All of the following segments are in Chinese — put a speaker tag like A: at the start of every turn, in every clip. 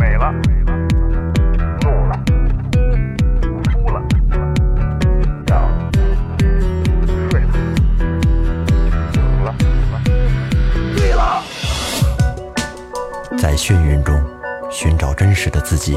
A: 美了，怒了，哭了，笑了，睡了，醒了，醉了。
B: 在眩晕中寻找真实的自己，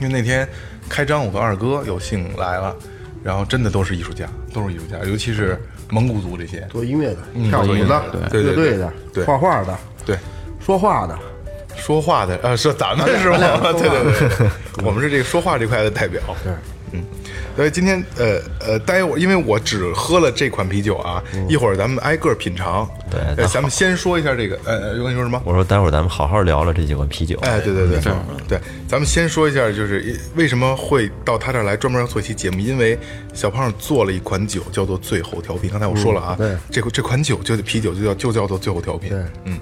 C: 因为那天开张，我跟二哥有幸来了，然后真的都是艺术家，都是艺术家，尤其是蒙古族这些。
D: 做音乐的，
C: 嗯
D: 跳舞的，
C: 对
D: 乐
C: 对对
D: 队的，
C: 对
D: 画画的，
C: 对，
D: 说话的，
C: 说话的呃，是咱们是吗？对对对，对我们是这个说话这块的代表。
D: 对，
C: 所以今天呃呃，待会儿因为我只喝了这款啤酒啊，一会儿咱们挨个品尝。对，呃、咱们先说一下这个呃，呃你说什么？
B: 我说待会儿咱们好好聊聊这几款啤酒。
C: 哎，对对对，对，咱们先说一下，就是一为什么会到他这儿来专门要做一期节目，因为小胖做了一款酒叫做最后调频。刚才我说了啊，
D: 对
C: 这款这款酒就啤酒就叫就叫做最后调频。
D: 对
C: 嗯。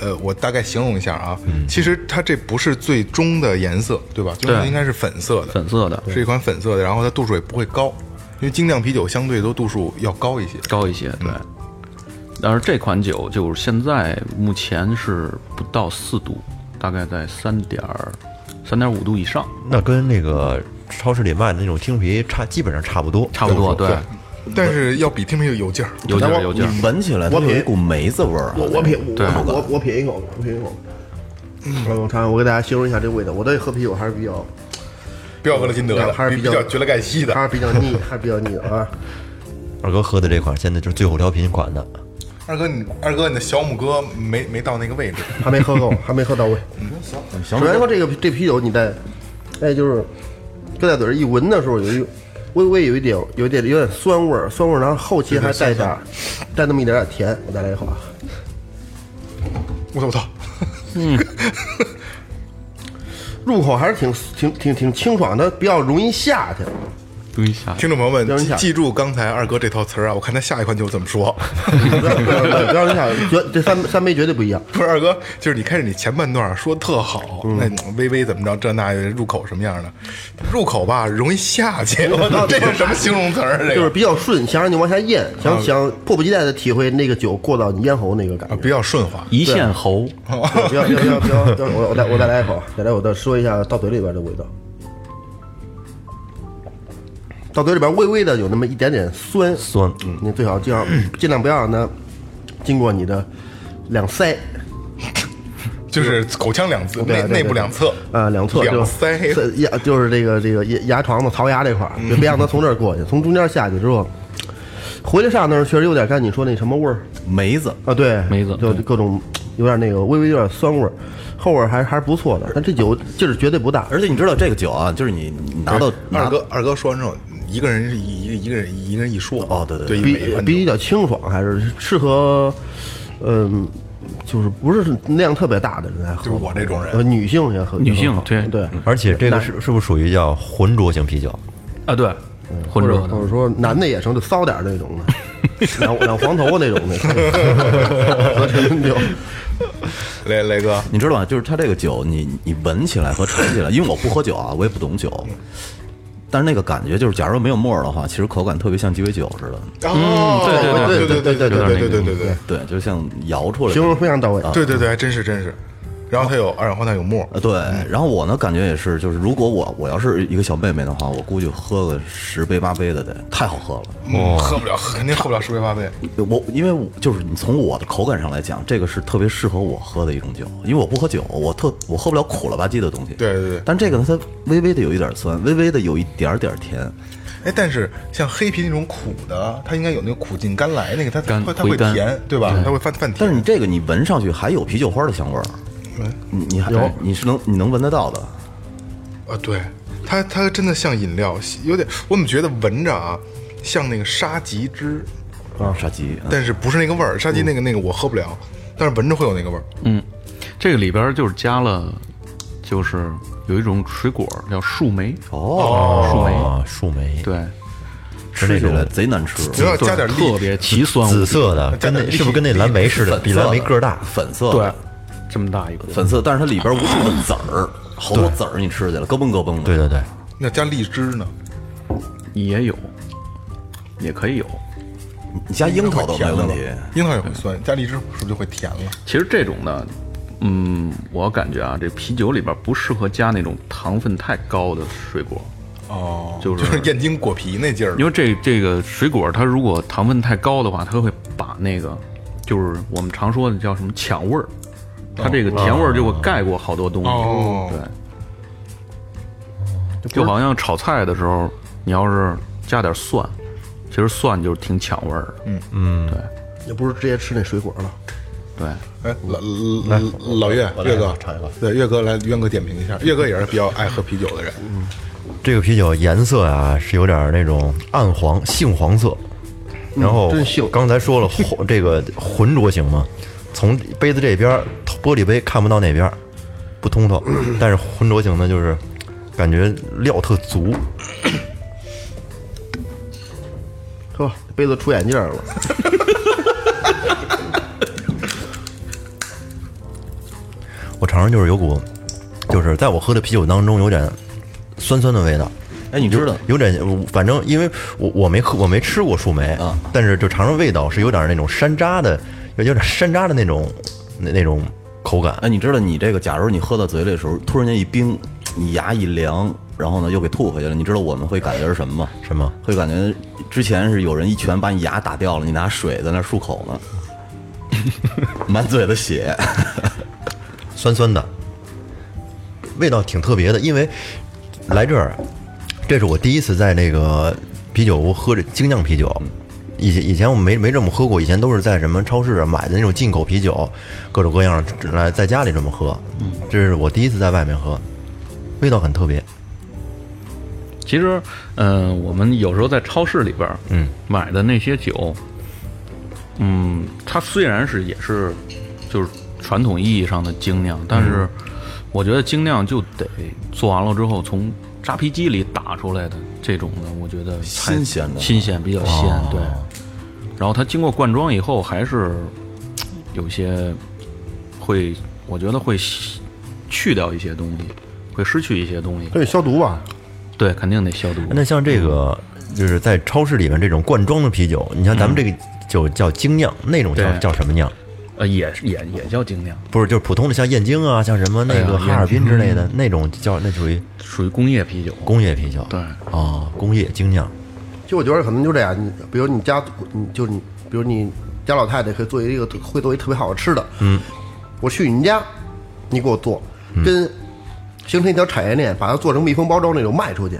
C: 呃，我大概形容一下啊，其实它这不是最终的颜色，对吧？最终的
E: 对
C: 应该是粉色的，
E: 粉色的
C: 是一款粉色的，然后它度数也不会高，因为精酿啤酒相对都度数要高一些。
E: 高一些，对。但是这款酒就是现在目前是不到四度，大概在三点三点五度以上，
B: 那跟那个超市里卖的那种青啤差，基本上差不多。
E: 差不多，对，
C: 但是要比听啤酒有劲儿，
E: 有劲
D: 那
E: 儿
D: 我
E: 有劲儿。
F: 你闻起来它
D: 我品
F: 有一股梅子味儿。啊
D: 我我品我
E: 对
D: 我我我品一口，我品一口。我尝，我给大家形容一下这个味道。我对喝啤酒还是比较，
C: 比较俄勒金德的，
D: 还是
C: 比
D: 比
C: 较
D: 较
C: 觉得盖西的
D: 还。是比较腻，还是比较腻的啊。
B: 二哥喝的这款现在就是最后调频款的，
C: 二哥，你二哥，你的小拇哥没没到那个位置，嗯
D: 还没喝够，还没喝 到位。首
F: 小米
D: 先说这个这啤酒你在，哎，就是搁在嘴儿一闻的时候，有一微微有一点有一点有点酸味儿，酸味儿，然后后期还带点儿带那么一点点甜。我再来一口啊，
C: 我操我操！
D: 入口还是挺挺挺挺清爽的，比较容易下去。
E: 注意一下，
C: 听众朋友们，
D: 等一
C: 记
D: 下
C: 记住刚才二哥这套词儿啊，我看他下一款酒怎么说。
D: 不要不要不要下去，绝这三三杯绝对不一样。
C: 不是二哥，就是你开始你前半段说特好，
D: 嗯
C: 那你微微怎么着，这那入口什么样的？入口吧，容易下去。 我操，这是什么形容词儿？啊这
D: 就是
C: 个
D: 比较顺，想让你往下咽，想想迫不及待的体会那个酒过到你咽喉那个感觉
C: 啊，。比较顺滑。
E: 一 线喉，
D: 不要不要不要不要！不要我我再我再来一口，再来我再说一下到嘴里边的味道。到嘴里边微微的有那么一点点酸，
B: 酸
D: 嗯，你最好尽量尽量不要让它经过你的两腮，
C: 就是口腔两侧，
D: 对
C: 内
D: 对对
C: 内部两侧，
D: 呃，两侧
C: 两
D: 就是
C: 腮，
D: 是牙就是这个这个牙牙床子槽牙这块儿，别别让它从这儿过去，从中间下去之后，回来上那儿确实有点刚才你说那什么味儿，
F: 梅子，
D: 啊，对，
E: 梅子
D: 就
E: 对
D: 各种有点那个微微有点酸味儿，后味儿还还是不错的，但这酒劲儿绝对不大。
F: 而且你知道这个酒啊，就是你你拿到
C: 二
F: 拿
C: 哥，二哥说完之后，一个人一一个人一个人一说，
F: 哦对对
C: 对，每一
D: 比
C: 款
D: 比
C: 酒
D: 较清爽，还是适合，嗯，就是不是量特别大的人来喝，
C: 就是我这种人
D: 呃，女性也喝，
E: 女性
D: 也喝
E: 对嗯
D: 对，
B: 而且这个是是不是属于叫浑浊型啤酒？
E: 啊，对，
D: 或
E: 浑
D: 者
E: 浊
D: 或
E: 的
D: 者说男的也成就骚点儿那种 的，染染黄头发那 种的，喝成酒。
C: 雷雷哥，
F: 你知道吗？就是它这个酒，你你闻起来和尝起来，因为我不喝酒啊，我也不懂酒，
C: 嗯
F: 但是那个感觉就是，假如没有沫儿的话，其实口感特别像鸡尾酒似的，
C: 哦，对
D: 对
C: 对
D: 对
C: 对对对
D: 对对
C: 对
D: 对
C: 对
D: 对
C: 对对对
F: 对，就像摇出来的。
D: 形容非常到位，
C: 对对对，还真是真是。然后它有二氧化碳有沫，
F: 呃，对，然后我呢，感觉也是，就是如果我我要是一个小妹妹的话，我估计喝个十杯八杯的得，太好喝了。
C: 嗯喝不了，肯定喝不了十杯八杯。
F: 我因为我就是你从我的口感上来讲，这个是特别适合我喝的一种酒，因为我不喝酒，我特我喝不了苦了吧唧的东西。
C: 对对对
F: 但这个呢，它微微的有一点酸，微微的有一点点甜。
C: 哎，但是像黑啤那种苦的，它应该有那个苦尽甘来那个，它它
E: 甘
C: 会它会
E: 回甘
C: 甜，对吧？它会泛泛甜。
F: 但是你这个你闻上去还有啤酒花的香味儿，你你还哎
D: 有
F: 你是能你能闻得到的。
C: 啊，对，它它真的像饮料，有点，我怎么觉得闻着啊，像那个沙棘汁，
F: 啊，杀鸡，嗯
C: 但是不是那个味儿，沙棘那个那个我喝不了，但是闻着会有那个味儿。
E: 嗯，这个里边就是加了，就是有一种水果叫树莓，
F: 哦，
E: 树莓，
B: 啊，树莓，
E: 对，
F: 吃起来贼难吃，
C: 主要加点
E: 特
C: 栗，
E: 别奇酸无比，
B: 紫色的，跟那是不是跟那蓝莓似的？比蓝莓个儿大。
F: 粉色的
E: 对，这么大一个，
F: 粉色，但是它里边无数的籽儿，好多籽儿你吃去了，咯嘣咯嘣的。
B: 对对对，
C: 那加荔枝呢？
E: 也有，也可以有。
F: 你加樱桃都没问题
C: 甜。了吧樱桃也会酸，加荔枝是不是就会甜了？
E: 其实这种呢，嗯，我感觉啊，这啤酒里边不适合加那种糖分太高的水果，
C: 哦，
E: 就
C: 就是
E: 是
C: 燕京果皮那劲儿
E: 因。为这这个水果它如果糖分太高的话，它会把那个就是我们常说的叫什么抢味儿，它这个甜味儿就会盖过好多东西。
C: 哦
E: 对，就好像炒菜的时候，你要是加点蒜，其实蒜就是挺抢味儿的。嗯嗯，对
D: 也不是直接吃那水果了。
E: 对，
C: 哎，老老老岳岳哥
B: 尝一个，
C: 对岳哥来，岳哥点评一下。岳哥也是比较爱喝啤酒的人，
B: 这个啤酒颜色啊是有点那种暗黄、杏黄色，然后
D: 真杏
B: 刚才说了浑这个浑浊型嘛，从杯子这边儿玻璃杯看不到那边儿，不通透，但是浑浊型的就是感觉料特足，
D: 呵，杯子出眼镜了。
B: 我尝尝就是有股，就是在我喝的啤酒当中有点酸酸的味道。
F: 哎，你知道
B: 有点，反正因为我我没喝，我没吃过树莓
F: 啊，
B: 但是就尝尝味道是有点那种山楂的，有有点山楂的那种那那种口感。
F: 哎，你知道你这个，假如你喝到嘴里的时候，突然间一冰，你牙一凉，然后呢又给吐回去了，你知道我们会感觉是什么吗？
B: 什么？
F: 会感觉之前是有人一拳把你牙打掉了，你拿水在那漱口呢， 满嘴的血。
B: 酸酸的，味道挺特别的。因为来这儿，这是我第一次在那个啤酒屋喝这精酿啤酒。以前以前我没没这么喝过，以前都是在什么超市啊买的那种进口啤酒，各种各样的来在家里这么喝。这是我第一次在外面喝，味道很特别。
E: 其实，嗯、我们有时候在超市里边，嗯，买的那些酒，嗯，它虽然是也是就是传统意义上的精酿，但是
F: 嗯
E: 我觉得精酿就得做完了之后从扎啤机里打出来的这种的，我觉得才
F: 新鲜的哦
E: 新鲜比较鲜，对。然后它经过灌装以后，还是有些会，我觉得会吸去掉一些东西，会失去一些东西。
D: 这得消毒吧？
E: 对，肯定得消毒。
B: 那像这个就是在超市里面这种罐装的啤酒，你像咱们这个酒叫精酿，那种叫
E: 对
B: 叫什么酿？
E: 呃，也也也叫精酿，
B: 不是，就是普通的像燕京啊，像什么那
E: 哎
B: 个
E: 呀
B: 哈尔滨之类的那种叫那属于
E: 属于工业啤酒。
B: 工业啤酒。
E: 对
B: 哦，工业精酿。
D: 其实我觉得可能就这样，你比如你家，你就你，比如你家老太太可以做一个会做一特别好吃的，嗯，我去你家，你给我做，跟形成一条产业链，把它做成密封包装那种卖出去，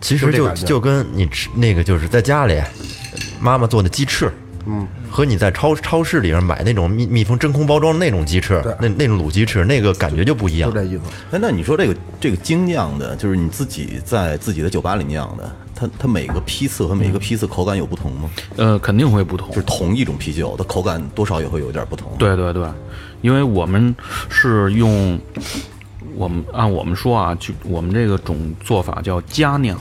B: 其实
D: 就
B: 就
D: 这感觉
B: 就跟你吃那个就是在家里妈妈做的鸡翅，嗯，和你在超超市里面买那种密密封真空包装的那种鸡翅，那那种卤鸡翅，那个感觉就不一样
D: 就。这意思。
F: 哎，那你说这个这个精酿的，就是你自己在自己的酒吧里酿的，它它每个批次和每个批次口感有不同吗？
E: 呃，肯定会不同
F: 就。是同一种啤酒，它口感多少也会有一点不同。，
E: 对对对，因为我们是用我们按我们说啊，就我们这个种做法叫佳酿，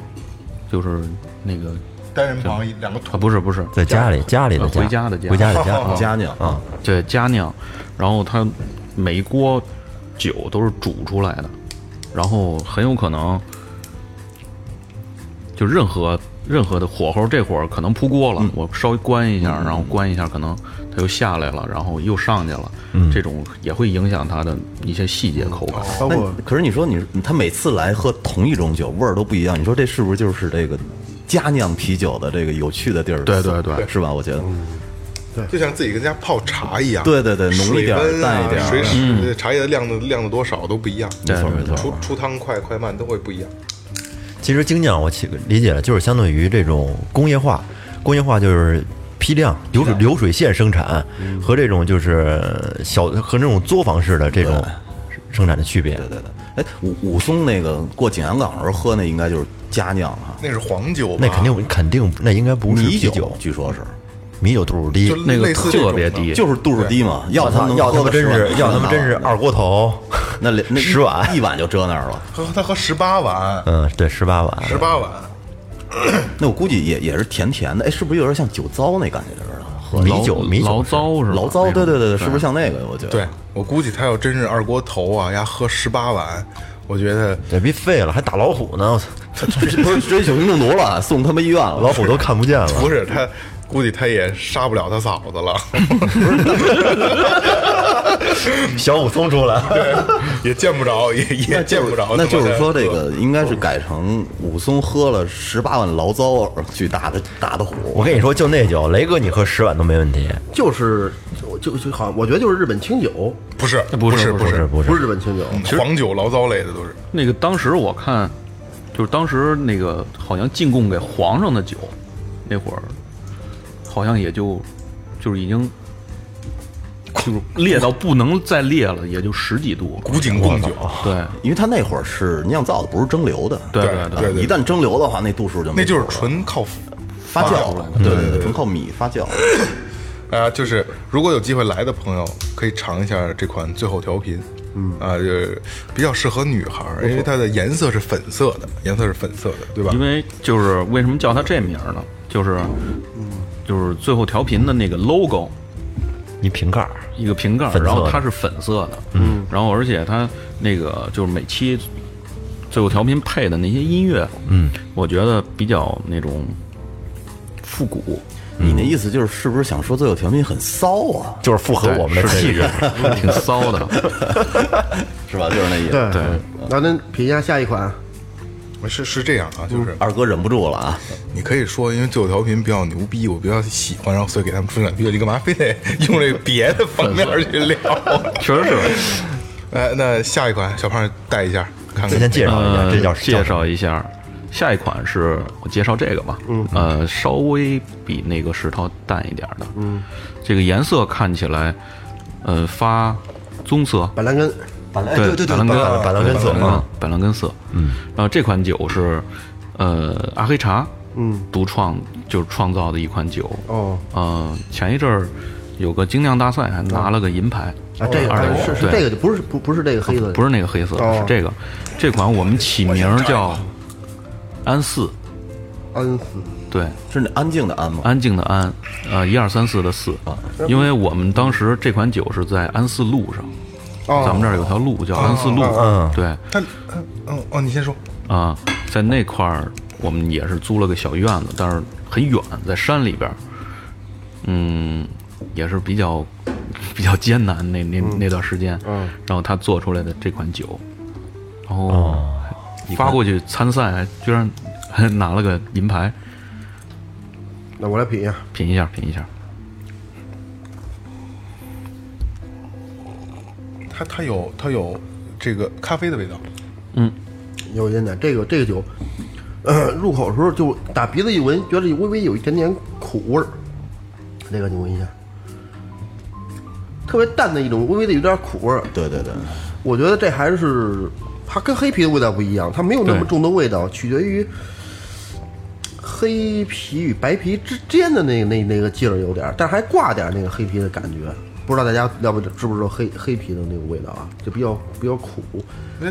E: 就是那个
C: 单人旁一两个
E: 啊，
C: 土，
E: 不是不是，
B: 在家里，家里的
E: 呃
B: 家，
E: 回家的家
B: 回家的家，啊
F: 佳酿啊，
E: 对佳酿，然后它每一锅酒都是煮出来的，然后很有可能就任何任何的火候，这会儿可能扑锅了，我稍微关一下，然后关一下，可能它又下来了，然后又上去了，这种也会影响它的一些细节口感。
D: 包
F: 那
D: 括
F: 你可是你说你他每次来喝同一种酒，味儿都不一样，你说这是不是就是这个佳酿啤酒的这个有趣的地儿？
E: 对对对
F: 是吧？我觉得，
C: 就像自己跟家泡茶一样。
F: 对对对浓一点
C: 水温啊
F: 淡一点
C: 水水茶叶的量的量的多少都不一样。
F: 没错没错
C: 出出汤快快慢都会不一样。
B: 其实精酿我其理解了，就是相当于这种工业化，工业化就是批量流水流水线生产和这种就是小和那种作坊式的这种生产的区别。
F: 对对对。哎，武武松那个过景阳冈时候喝那应该就是佳酿哈，
C: 那是黄酒吧，
B: 那肯定肯定那应该不是
F: 米
B: 啤
F: 酒
B: 酒，
F: 据说是，
B: 米酒度数
C: 就
B: 低。
E: 那个
C: 类似这种
E: 特
C: 的
E: 别低
F: 就是度数低嘛，要他
B: 他
F: 们
B: 要他
F: 他
B: 们真是要他们真 是二锅头，
F: 那连那一
B: 十碗
F: 一碗就遮那儿了。
C: 喝他喝十八碗，
B: 嗯，对，十八碗，
C: 十八碗。
F: 那我估计也也是甜甜的，哎，是不是有点像酒糟那感觉似的？喝
B: 米酒米酒
E: 醪糟是吧？
F: 醪糟，
E: 那
F: 对对
E: 种
F: 对对，是不是像那个？我觉得
C: 对我估计他要真是二锅头啊，呀喝十八碗，我觉得
B: 对，别废了，还打老虎呢，我操
F: 对，不是直接酒精中毒了，送他们医院了。
B: 老虎都看不见了。
C: 不是他，估计他也杀不了他嫂子了，
B: 小武松出来，
C: 也见不 着，也也 见不着。
F: 那就是说，这个
C: 嗯
F: 应该是改成武松喝了十八碗醪糟去打的打的虎。
B: 我跟你说，就那酒，雷哥你喝十碗都没问题。
D: 就是就就就好像我觉得就是日本清酒，
C: 不是
E: 不是
C: 是
E: 不
C: 不
E: 是
B: 不是不是
D: 不是日本清酒，
C: 黄酒、醪糟类的都是。
E: 那个当时我看，就是当时那个好像进贡给皇上的酒，那会儿好像也就就是已经就是裂到不能再裂了，也就十几度。
C: 古井贡酒，
E: 对
F: 因为它那会儿是酿造的，不是蒸馏的。
E: 对
C: 对
F: 啊
C: 对对
F: 一旦蒸馏的话，那度数就没
C: 那就是
F: 度了
C: 纯靠
F: 发酵了。对对对，纯靠米发酵。
C: 啊，就是如果有机会来的朋友，可以尝一下这款最后调频。嗯啊，就是比较适合女孩儿，因为它的颜色是粉色的，颜色是粉色的，对吧
E: 因？为就是为什么叫它这名儿呢？就是，就是最后调频的那个 logo，
B: 一瓶盖儿，
E: 一个瓶盖儿，
B: 粉色
E: 然后
B: 的
E: 它是粉色的，嗯，然后而且它那个就是每期最后调频配的那些音乐，嗯，我觉得比较那种复古，
C: 嗯
F: 你那意思就是，是不是想说最后调频很骚啊？
B: 就是符合我们的
E: 是
B: 气
E: 这
B: 质
E: 个。挺 骚的。
F: 是吧？就是那意思。
D: 对对，那您品一下下一款，
C: 是是这样啊，就是
F: 二哥忍不住了啊！
C: 你可以说，因为最后调频比较牛逼，我比较喜欢，然后所以给他们出选啤酒，你干嘛非得用这别的方面去聊？
E: 确实是，
C: 哎，那下一款小胖带一下，看
B: 咱
C: 看
B: 先介绍一下，
E: 呃
B: 哎这叫
E: 介绍一下。下一款是我介绍这个吧，嗯，呃，稍微比那个石头淡一点儿的，嗯，这个颜色看起来，呃，发棕色，
D: 板蓝根，
F: 本
D: 哎
F: 来
E: 对板蓝根
B: 板蓝根色
E: 啊，板蓝根色，嗯，然后这款酒是，呃，阿黑茶，嗯，独创就是创造的一款酒，
D: 哦，
E: 呃，前一阵儿有个精酿大赛还拿了个银牌，
D: 啊，这
E: 二
D: 个
E: 零
D: 是是这个就不是不不是这个黑的，
E: 不是那个黑色，
D: 哦
E: 是这个，这款我们起名儿叫安四，
D: 安斯，
E: 对，
F: 是那安静的安吗？
E: 安静的安，呃，一二三四的四，
D: 啊
E: 因为我们当时这款酒是在安四路上，
D: 哦
E: 咱们这儿有条路叫安四路，
B: 嗯
E: 对，
C: 他，嗯嗯哦，你先说，
E: 啊，在那块儿我们也是租了个小院子，但是很远，在山里边儿，嗯，也是比较比较艰难那那那段时间，嗯，然后他做出来的这款酒，然后发过去参赛，还居然还拿了个银牌，
D: 那我来品一下，
E: 品一下，品一下，
C: 它它有它有这个咖啡的味道，
D: 有一点点这个这个酒，呃，入口的时候就打鼻子一闻，觉得微微有一点点苦味儿，这个你闻一下，特别淡的一种，微微的有点苦味儿，
F: 对对对，
D: 我觉得这还是它跟黑啤的味道不一样，它没有那么
E: 对
D: 重的味道，取决于黑啤与白啤之间的那个那那个劲儿有点儿，但是还挂点儿那个黑啤的感觉。不知道大家了不知不知道黑黑啤的那个味道啊，就比较比较苦，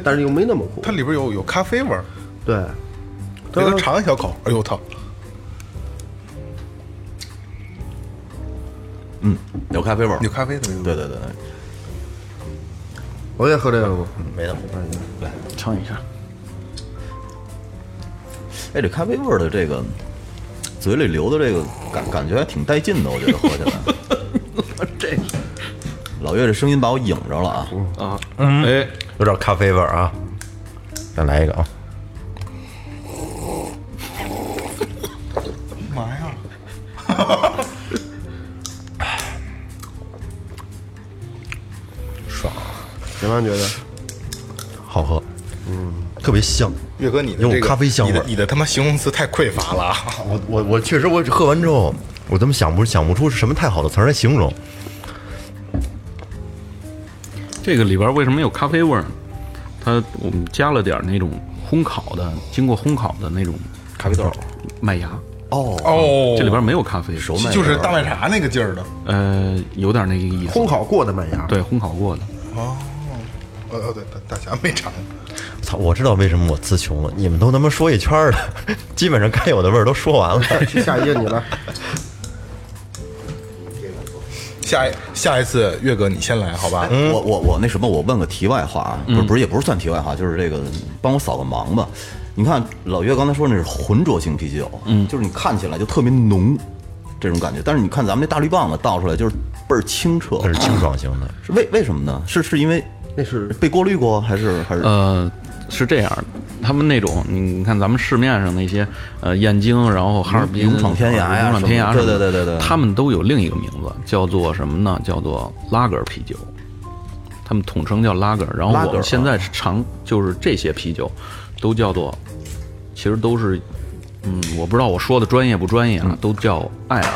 D: 但是又没那么苦。
C: 它里边有有咖啡味儿，
D: 对，
C: 给他尝一小口，哎呦我操，
F: 有咖啡味儿。
C: 有咖啡的味道，
F: 对对对对，
D: 我也喝这个嗯过。
B: 没怎么
E: 尝一下，
F: 哎，这咖啡味儿的这个嘴里流的这个感感觉还挺带劲的，我觉得喝起来。这老岳这声音把我引着了啊！
E: 哎，
B: 有点咖啡味儿啊。再来一个啊，
C: 嘛呀？
D: 小王觉得
B: 好喝，嗯，特别香。
C: 岳哥，你的
B: 有
C: 这个
B: 咖啡香味
C: 你
B: 儿
C: 的你的他妈形容词太匮乏了啊！
B: 我我我确实，我喝完之后，我怎么想不想不出什么太好的词儿来形容？
E: 这个里边为什么有咖啡味儿呢？它我们加了点儿那种烘烤的，经过烘烤的那种
F: 咖啡豆儿
E: 麦芽，
F: 哦，
C: 哦
E: 这里边没有咖啡，
F: 熟麦
C: 就是
F: 味儿
C: 大麦茶那个劲儿的，
E: 呃，有点那个意思，
D: 烘烤过的麦芽，
E: 对，烘烤过的。
C: 呃呃对，大大侠没尝，
B: 操，我知道为什么我词穷了，你们都他妈说一圈儿了， 基本上该有的味儿都说完了。
D: 下一个你来。
C: 下一下一次岳哥你先来好吧？
F: 我我我那什么，我问个题外话啊，不是不是也不是算题外话，就是这个帮我扫个盲吧。你看老岳刚才说那是浑浊型啤酒，嗯，就是你看起来就特别浓这种感觉，但是你看咱们那大绿棒子倒出来就是倍儿清澈
B: 这，是清爽型的，
F: 是为为什么呢？是是因为
D: 那是
F: 被过滤过还是还是？
E: 呃，是这样的，他们那种你你看咱们市面上那些呃燕京，然后哈尔滨
F: 勇闯天涯呀
E: 勇
F: 什
E: 闯
F: 么
E: 天涯什
F: 对
E: 么的，
F: 对对对对
E: 他们都有另一个名字，叫做什么呢？叫做拉格啤酒，他们统称叫拉格。然后
F: 拉
E: 我
F: 格啊
E: 们现在是常就是这些啤酒都叫做，其实都是，嗯，我不知道我说的专业不专业啊，都叫艾尔。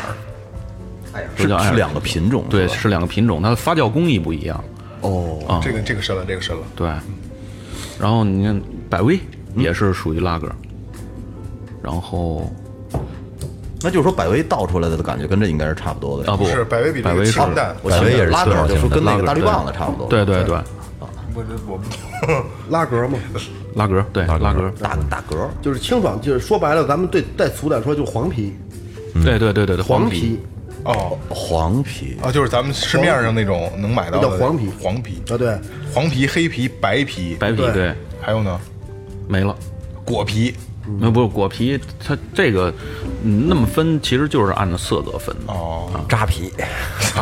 F: 是
E: 都叫艾
F: 嗯是
E: 尔
F: 两个品种，是
E: 对，
F: 吧
E: 是两个品种，它的发酵工艺不一样。
F: 哦，
C: 这个这个深了，这个深了。
E: 对，然后你看百威也是属于拉格，然后
F: 那就是说百威倒出来的感觉跟这应该是差不多的
E: 啊不，
C: 是百威比这
E: 百
C: 个
E: 威是
C: 清淡，
F: 我想
B: 百威也是
F: 拉
B: 清
F: 格
B: 淡
F: 就说跟那
E: 拉
F: 个
E: 格
F: 大绿棒子差不多，
E: 对对对，
C: 我这我不懂。
D: 拉格嘛，
E: 拉格对拉格，
F: 大大格，
D: 就是清爽，就是说白了，咱们对再粗点说，就是黄皮，
E: 对对对对对
D: 黄
E: 皮
D: 皮
C: 哦
F: 黄皮
C: 啊，就是咱们市面上那种能买到
D: 那
C: 的
D: 叫黄皮
C: 黄皮
D: 啊，对，
C: 黄皮、黑皮、白皮、
E: 白皮
D: 对
E: 对
C: 还有呢，
E: 没了。
C: 果皮
E: 那不是果皮，它这个嗯那么分，其实就是按照色泽分的。啊
C: 哦，
B: 扎啤，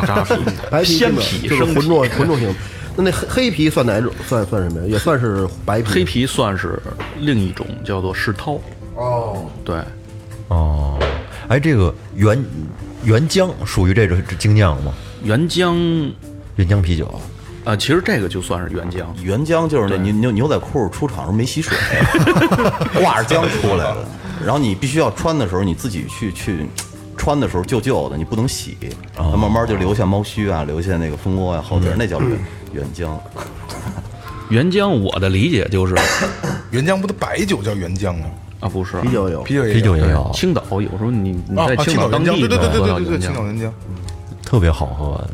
E: 扎皮、
D: 白皮
E: 鲜
D: 基
E: 皮、
D: 本就是
E: 生
D: 浑
E: 皮、
D: 浊浑浊型。那那黑黑皮算哪种？算算什么呀？也算是白皮。
E: 黑皮算是另一种，叫做世涛。
D: 哦，
E: 对，
B: 哦，哎，这个原原浆属于这种精酿吗？
E: 原浆
B: 原浆啤酒，
E: 啊，其实这个就算是原浆。
F: 原浆就是那牛牛牛仔裤出厂时候没洗水，挂着浆出来的，然后你必须要穿的时候你自己去去。穿的时候旧旧的，你不能洗，它慢慢就留下猫须啊，留下那个蜂窝啊、后底儿，那叫原原浆。
E: 原浆我的理解就是
C: 原浆不都白酒叫原浆吗？
E: 啊，不是
D: 啤酒有，
C: 啤酒也
B: 啤酒也有，
E: 啊青岛有时候你你
C: 啊
E: 在，
C: 青
E: 岛
C: 原
E: 当
C: 浆，
E: 地
C: 对对对
E: 能喝
C: 对
E: 到
C: 对对，
E: 原
C: 青岛
E: 浆，
C: 原浆，
B: 特别好喝。啊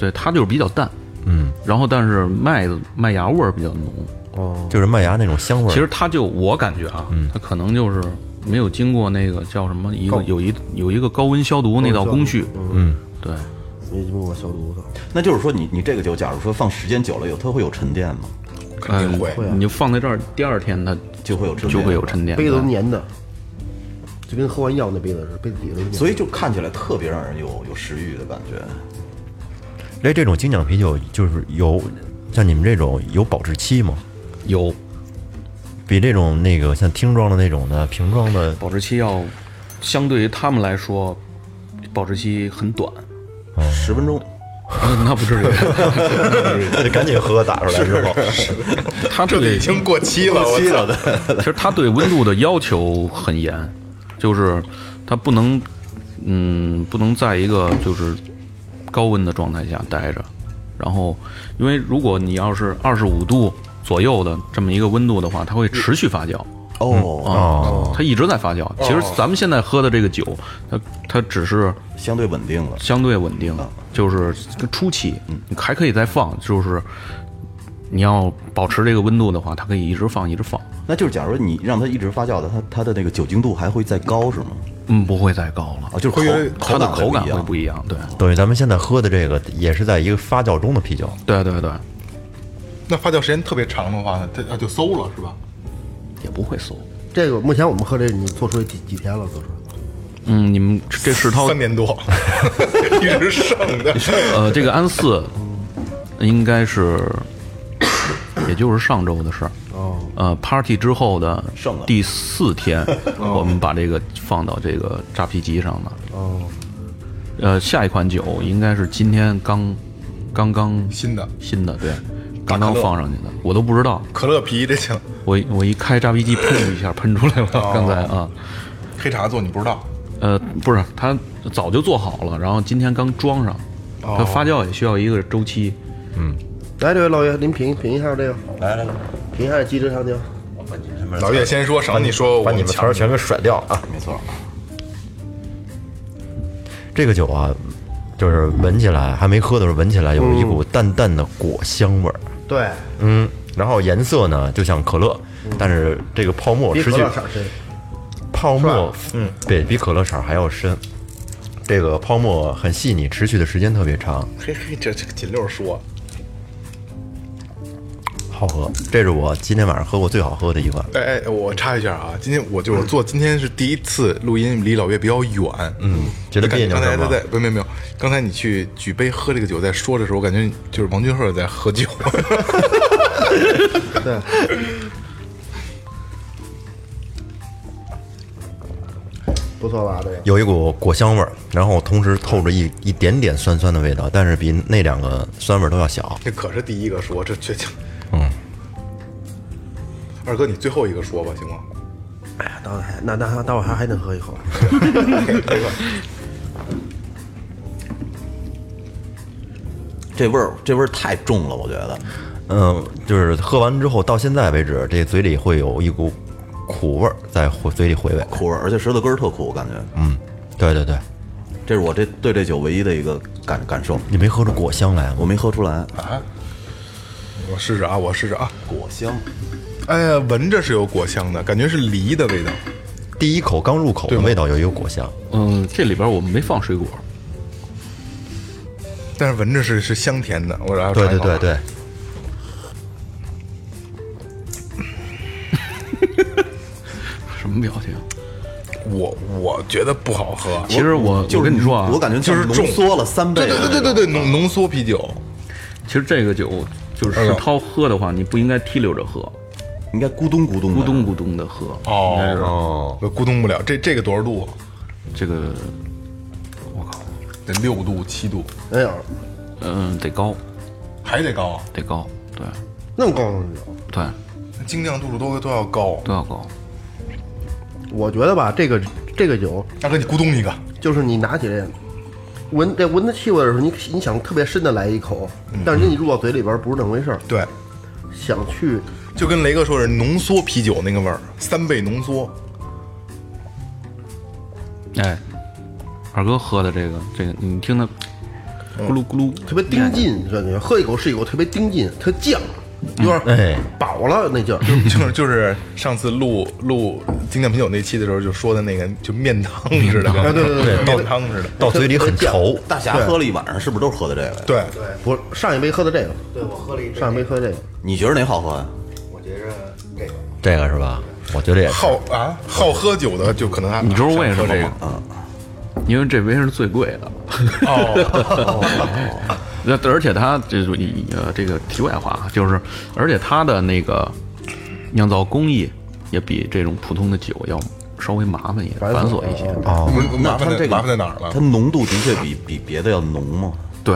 E: 对它就是比较淡，嗯，然后但是麦子麦芽味儿比较浓。
B: 就是麦芽那种香味儿。
E: 其实它就我感觉啊，它可能就是没有经过那个叫什么一个有一有一个高温消毒那道工序，嗯，对，
D: 没经过消毒的。
F: 那就是说你，你这个酒，假如说放时间久了，有它会有沉淀吗？
C: 肯定会。
E: 呃你就放在这儿，第二天它
F: 就会有沉淀，
E: 就会有。沉淀。
D: 杯子都
E: 对
D: 粘的，就跟喝完药那杯子似的，杯子底都粘。
F: 所以就看起来特别让人有有食欲的感觉。
B: 哎，这种精酿啤酒就是有像你们这种有保质期吗？
E: 有
B: 比这种那个像听装的那种的瓶装的
E: 保质期要，相对于他们来说，保质期很短。
F: 十分钟，
E: 那不至于，
B: 那就赶紧喝，打出来之后，
E: 它
C: 这
E: 这
C: 个
E: 个
C: 已经过期了，我操！
E: 其实它对温度的要求很严，就是它不能，嗯，不能在一个就是高温的状态下待着。然后，因为如果你要是二十五度左右的这么一个温度的话，它会持续发酵
C: 嗯
F: 哦，
E: 啊，它一直在发酵。其实咱们现在喝的这个酒，它它只是
C: 啊
F: 相对稳定了。
E: 相对稳定，就是初期，你还可以再放，就是你要保持这个温度的话，它可以一直放，一直放。
F: 那就是假如你让它一直发酵的，它它的那个酒精度还会再高是吗？
E: 嗯，不会再高了
F: 啊，。就是
C: 会越来越
F: 口
E: 它的口
F: 感一
E: 感会
F: 样
E: 不一样。对，
B: 等于咱们现在喝的这个也是在一个发酵中的啤酒，啊
E: 对对对，
C: 那发酵时间特别长的话，它它就馊了，是吧？
E: 也不会馊。
D: 这个目前我们喝这，你做出来几几天了？做出来
E: 嗯，你们这世涛
C: 三年多，一直剩的。
E: 呃，这个安四应该是，也就是上周的事儿。哦。呃，party 之后的
F: 剩了
E: 第四天，我们把这个放到这个扎啤机上了。哦。呃，下一款酒应该是今天刚刚刚
C: 新的
E: 新的，对，刚刚放上去的，我都不知道。
C: 可乐皮这叫
E: 我一我一开扎啤机，砰一下喷出来了，刚才啊。
C: 黑茶做，你不知道？
E: 呃，不是，它早就做好了，然后今天刚装上，
F: 哦
E: 它发酵也需要一个周期。
D: 来，这位老爷，您品品一下这个。来来来，品一下鸡汁长条。
C: 老岳先说，省你说，
B: 把你们词儿全给甩掉啊！
F: 没错，
B: 这个酒啊，就是闻起来还没喝的时候，闻起来有一
D: 嗯
B: 股淡淡的果香味儿，
D: 对，
B: 嗯，然后颜色呢就像可乐，但是这个泡沫
D: 比
B: 失
D: 可
B: 去
D: 乐色深。
B: 泡沫，嗯，对比可乐色儿还要深。这个泡沫很细腻，持续的时间特别长，
C: 嘿嘿，这这锦六说，
B: 好喝。这是我今天晚上喝过最好喝的一款。
C: 哎哎，我插一下啊，今天我就是做，今天是第一次录音，离老岳比较远，嗯，
B: 觉得别扭
C: 刚才
B: 是吗
C: 他在没有没有没有，刚才你去举杯喝这个酒在说的时候，我感觉就是王俊赫在喝 酒，
D: 不错吧？这个
B: 有一股果香味儿，然后同时透着一一点点酸酸的味道，但是比那两个酸味儿都要小。
C: 这可是第一个说，这确切，嗯，二哥你最后一个说吧，行吗？
D: 当然，那那那待会儿还还能喝一口。
F: 这味儿这味儿太重了，我觉得。
B: 嗯，就是喝完之后到现在为止，这嘴里会有一股苦味儿在回嘴里回味。
F: 苦味儿，而且舌头根儿特苦，我感觉，
B: 嗯，对对对，
F: 这是我这对这酒唯一的一个感感受。
B: 你没喝出果香来吗？啊
F: 我没喝出来，
C: 我试试啊，我试试啊。
F: 果香，
C: 哎呀，闻着是有果香的，感觉是梨的味道。
B: 第一口刚入口的味道有一个果香，
E: 嗯，这里边我们没放水果，
C: 但是闻着是是香甜的，我然后
B: 对对
C: 尝一
B: 对
C: 口
B: 对，
E: 什么表情？
C: 我我觉得不好喝，
E: 其实我
F: 就是
E: 我跟你说啊
F: 我感觉
C: 就是
F: 浓
C: 重
F: 缩了三倍
C: 对
F: 的
C: 对
F: 那种。
C: 对对对对，浓浓缩啤酒，
E: 其实这个酒
F: 哎
E: 就是世涛喝的话，你不应该提溜着喝，
F: 应该咕咚咕咚的
E: 咕咚咕咚的喝。
C: 哦
E: 应该是
C: 哦，我咕咚不了。这这个多少度？啊
E: 这个，
C: 得六度七度，
D: 没有
E: 嗯，得高，
C: 还得高啊，
E: 得高，对，
D: 那么高的酒。
E: 对，
C: 精酿度数都都要高。
E: 都要高。
D: 我觉得吧，这个这个酒
C: 大哥，你咕咚一个，
D: 就是你拿起来闻这闻它气味的时候，你你想特别深的来一口，但是你入到嘴里边不是那么回事儿，
C: 对，
D: 想去
C: 就跟雷哥说是浓缩啤酒那个味儿，三倍浓缩。
E: 哎，二哥喝的这个，这个你听它咕噜咕噜，
D: 特别盯劲，感觉喝一口是一口，特别盯劲，特犟，有点
B: 哎
D: 饱了那劲儿。
C: 就是就是上次录录精酿啤酒那期的时候就说的那个，就面汤似的，
D: 啊对对对
C: 面汤似的。
B: 到嘴 里很稠。
F: 大侠喝了一晚上，是不是都喝的这个呀？
C: 对，
D: 不是上一杯喝的这个，
G: 对我喝了一杯，
D: 上一杯喝这个，
F: 你觉得哪好喝啊呀？
G: 我觉着这个
B: 这个是吧？我觉得也是。
C: 好啊，好喝酒的就可能还
E: 你知道为什
C: 喝
E: 么
C: 这个
F: 嗯
C: 嗯
E: 吗？因为这杯是最贵的。
C: 哦
E: 那而且它这是一呃，这个题外话啊，就是而且它的那个酿造工艺也比这种普通的酒要稍微麻烦一点，繁琐一些。
B: 哦，
C: 我们
F: 那
C: 麻
F: 它
C: 烦
F: 这
C: 在
F: 个
C: 麻烦在哪儿
F: 它
C: 了？
F: 浓度的确比比别的要浓嘛，
E: 对，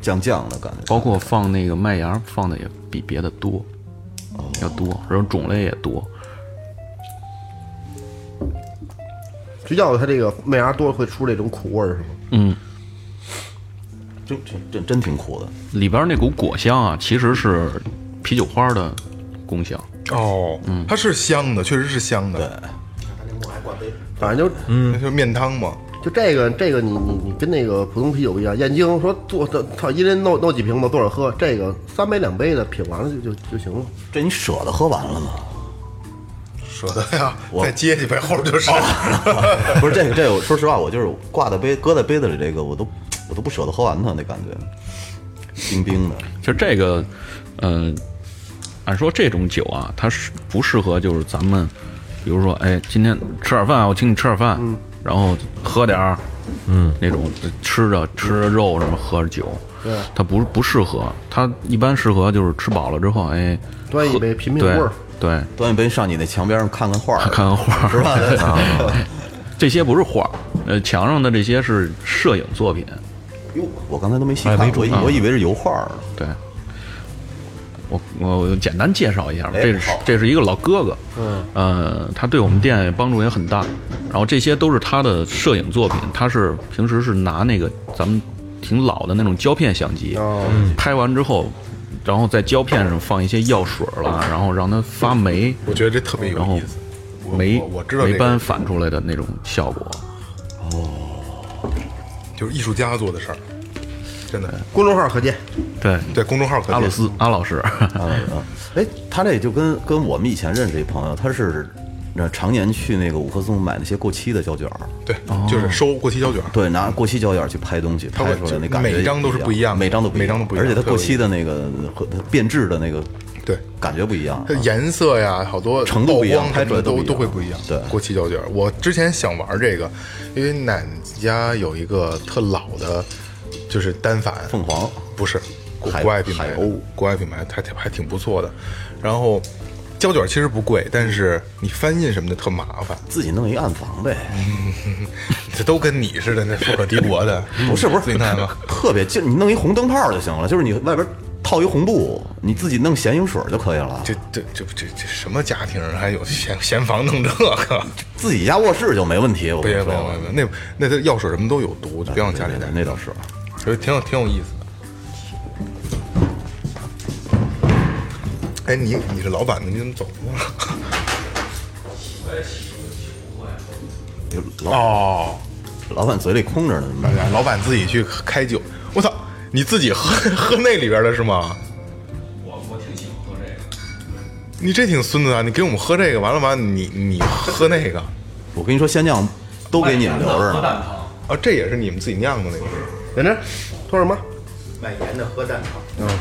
F: 酱酱的感觉。
E: 包括放那个麦芽放的也比别的多，
C: 哦
E: 要多，然后种类也多。
D: 就要它这个麦芽多了会出这种苦味儿，是吗？
E: 嗯，
F: 就真真真挺苦的。
E: 里边那股果香啊，其实是啤酒花的功效。
C: 哦，它是香的，确实是香的，
D: 反正就
C: 嗯，就是面汤嘛。
D: 就这个这个你你你跟那个普通啤酒不一样，燕京说坐的操一人弄弄几瓶子坐着喝，这个三杯两杯的品完了就就就行了。
F: 这你舍得喝完了 吗？
C: 舍得 呀，再接几杯，后边
F: 哦
C: 就是。
F: 不是这个，这个，说实话，我就是挂在杯搁在杯子里这个，我都我都不舍得喝完它那感觉，冰冰的。
E: 其实这个，嗯、按说这种酒啊，它是不适合就是咱们，比如说，哎，今天吃点饭，我请你吃点饭，
D: 嗯
E: 然后喝点儿，嗯，那种吃着吃着肉什么，喝着酒，对，它不不适合，它一般适合就是吃饱了之后，哎，
D: 端一杯品品味
E: 对
D: 儿，
E: 对，
F: 端一杯上你那墙边上看看画儿，
E: 看看画儿
F: 是吧？
E: 这些不是画儿，呃，墙上的这些是摄影作品，
F: 哟，我刚才都没细
B: 哎
F: 看，
B: 没
F: 我以我以为是油画儿呢。
E: 对。我我我简单介绍一下吧，
F: 哎
E: 这是
F: 好
E: 这是一个老哥哥，嗯，呃，他对我们店帮助也很大，然后这些都是他的摄影作品，他是平时是拿那个咱们挺老的那种胶片相机，
C: 哦
E: 拍完之后，然后在胶片上放一些药水了，然后让它发霉，
C: 我觉得这特别有
E: 然后
C: 意思。我
E: 霉
C: 我我知道
E: 霉
C: 这
E: 斑
C: 个
E: 反出来的那种效果，
C: 就是艺术家做的事儿，真的。
D: 公众号可见，
E: 对，
C: 对，公众号可见
E: 阿鲁斯阿老师，
F: 嗯，哎，他这就跟跟我们以前认识一朋友，他是那常年去那个五棵松买那些过期的胶卷儿，
C: 对，
E: 哦
C: 就是收过期胶卷儿。
F: 对，拿过期胶卷儿去拍东西，
C: 会
F: 拍出来那感觉
C: 每张都是不一样的
F: 每张都不一
C: 每张都不一样
F: 而且它
C: 特有
F: 过期的那个和它变质的那个
C: 对，
F: 感觉不一样
C: 它。颜色呀，好多
F: 程度不一样
C: 曝光什么的都
F: 拍出来都
C: 都
F: 不一样
C: 会不一样。
F: 对
C: 过期胶卷儿，我之前想玩这个，因为奶家有一个特老的，就是单反
F: 凤凰
C: 不是国
F: 海
C: 国外品牌
F: 海鸥，
C: 国外品牌还挺还挺不错的。然后胶卷其实不贵，但是你翻印什么的特麻烦，
F: 自己弄一暗房呗，
C: 这都跟你似的，那富可敌国的，
F: 不是不是
C: 最难吗？
F: 特别就你弄一红灯泡就行了，就是你外边套一红布，你自己弄显影水就可以了。
C: 这这这这这什么家庭啊还有闲闲房弄这 个？哎
F: 自己家卧室就没问题，我
C: 不
F: 跟
C: 行不
F: 你
C: 行
F: 说
C: 不。行，那那它药水什么都有毒，就别往家里带。
F: 那倒是，
C: 就是挺有挺有意思的。哎，你你是老板的，你怎么走路了？ 哦，
F: 老板嘴里空着呢，
C: 哎呀老板自己去开酒，我操，你自己喝 喝那里边的是吗？我我挺喜欢喝这个。你这挺孙子啊！你给我们喝这个，完了完了，你你喝那个，
F: 我跟你说，鲜酱都给你们留着呢。
C: 哦，这也是你们自己酿的那个。
D: 等着，说什么？
G: 买盐的喝蛋汤，
B: 哟，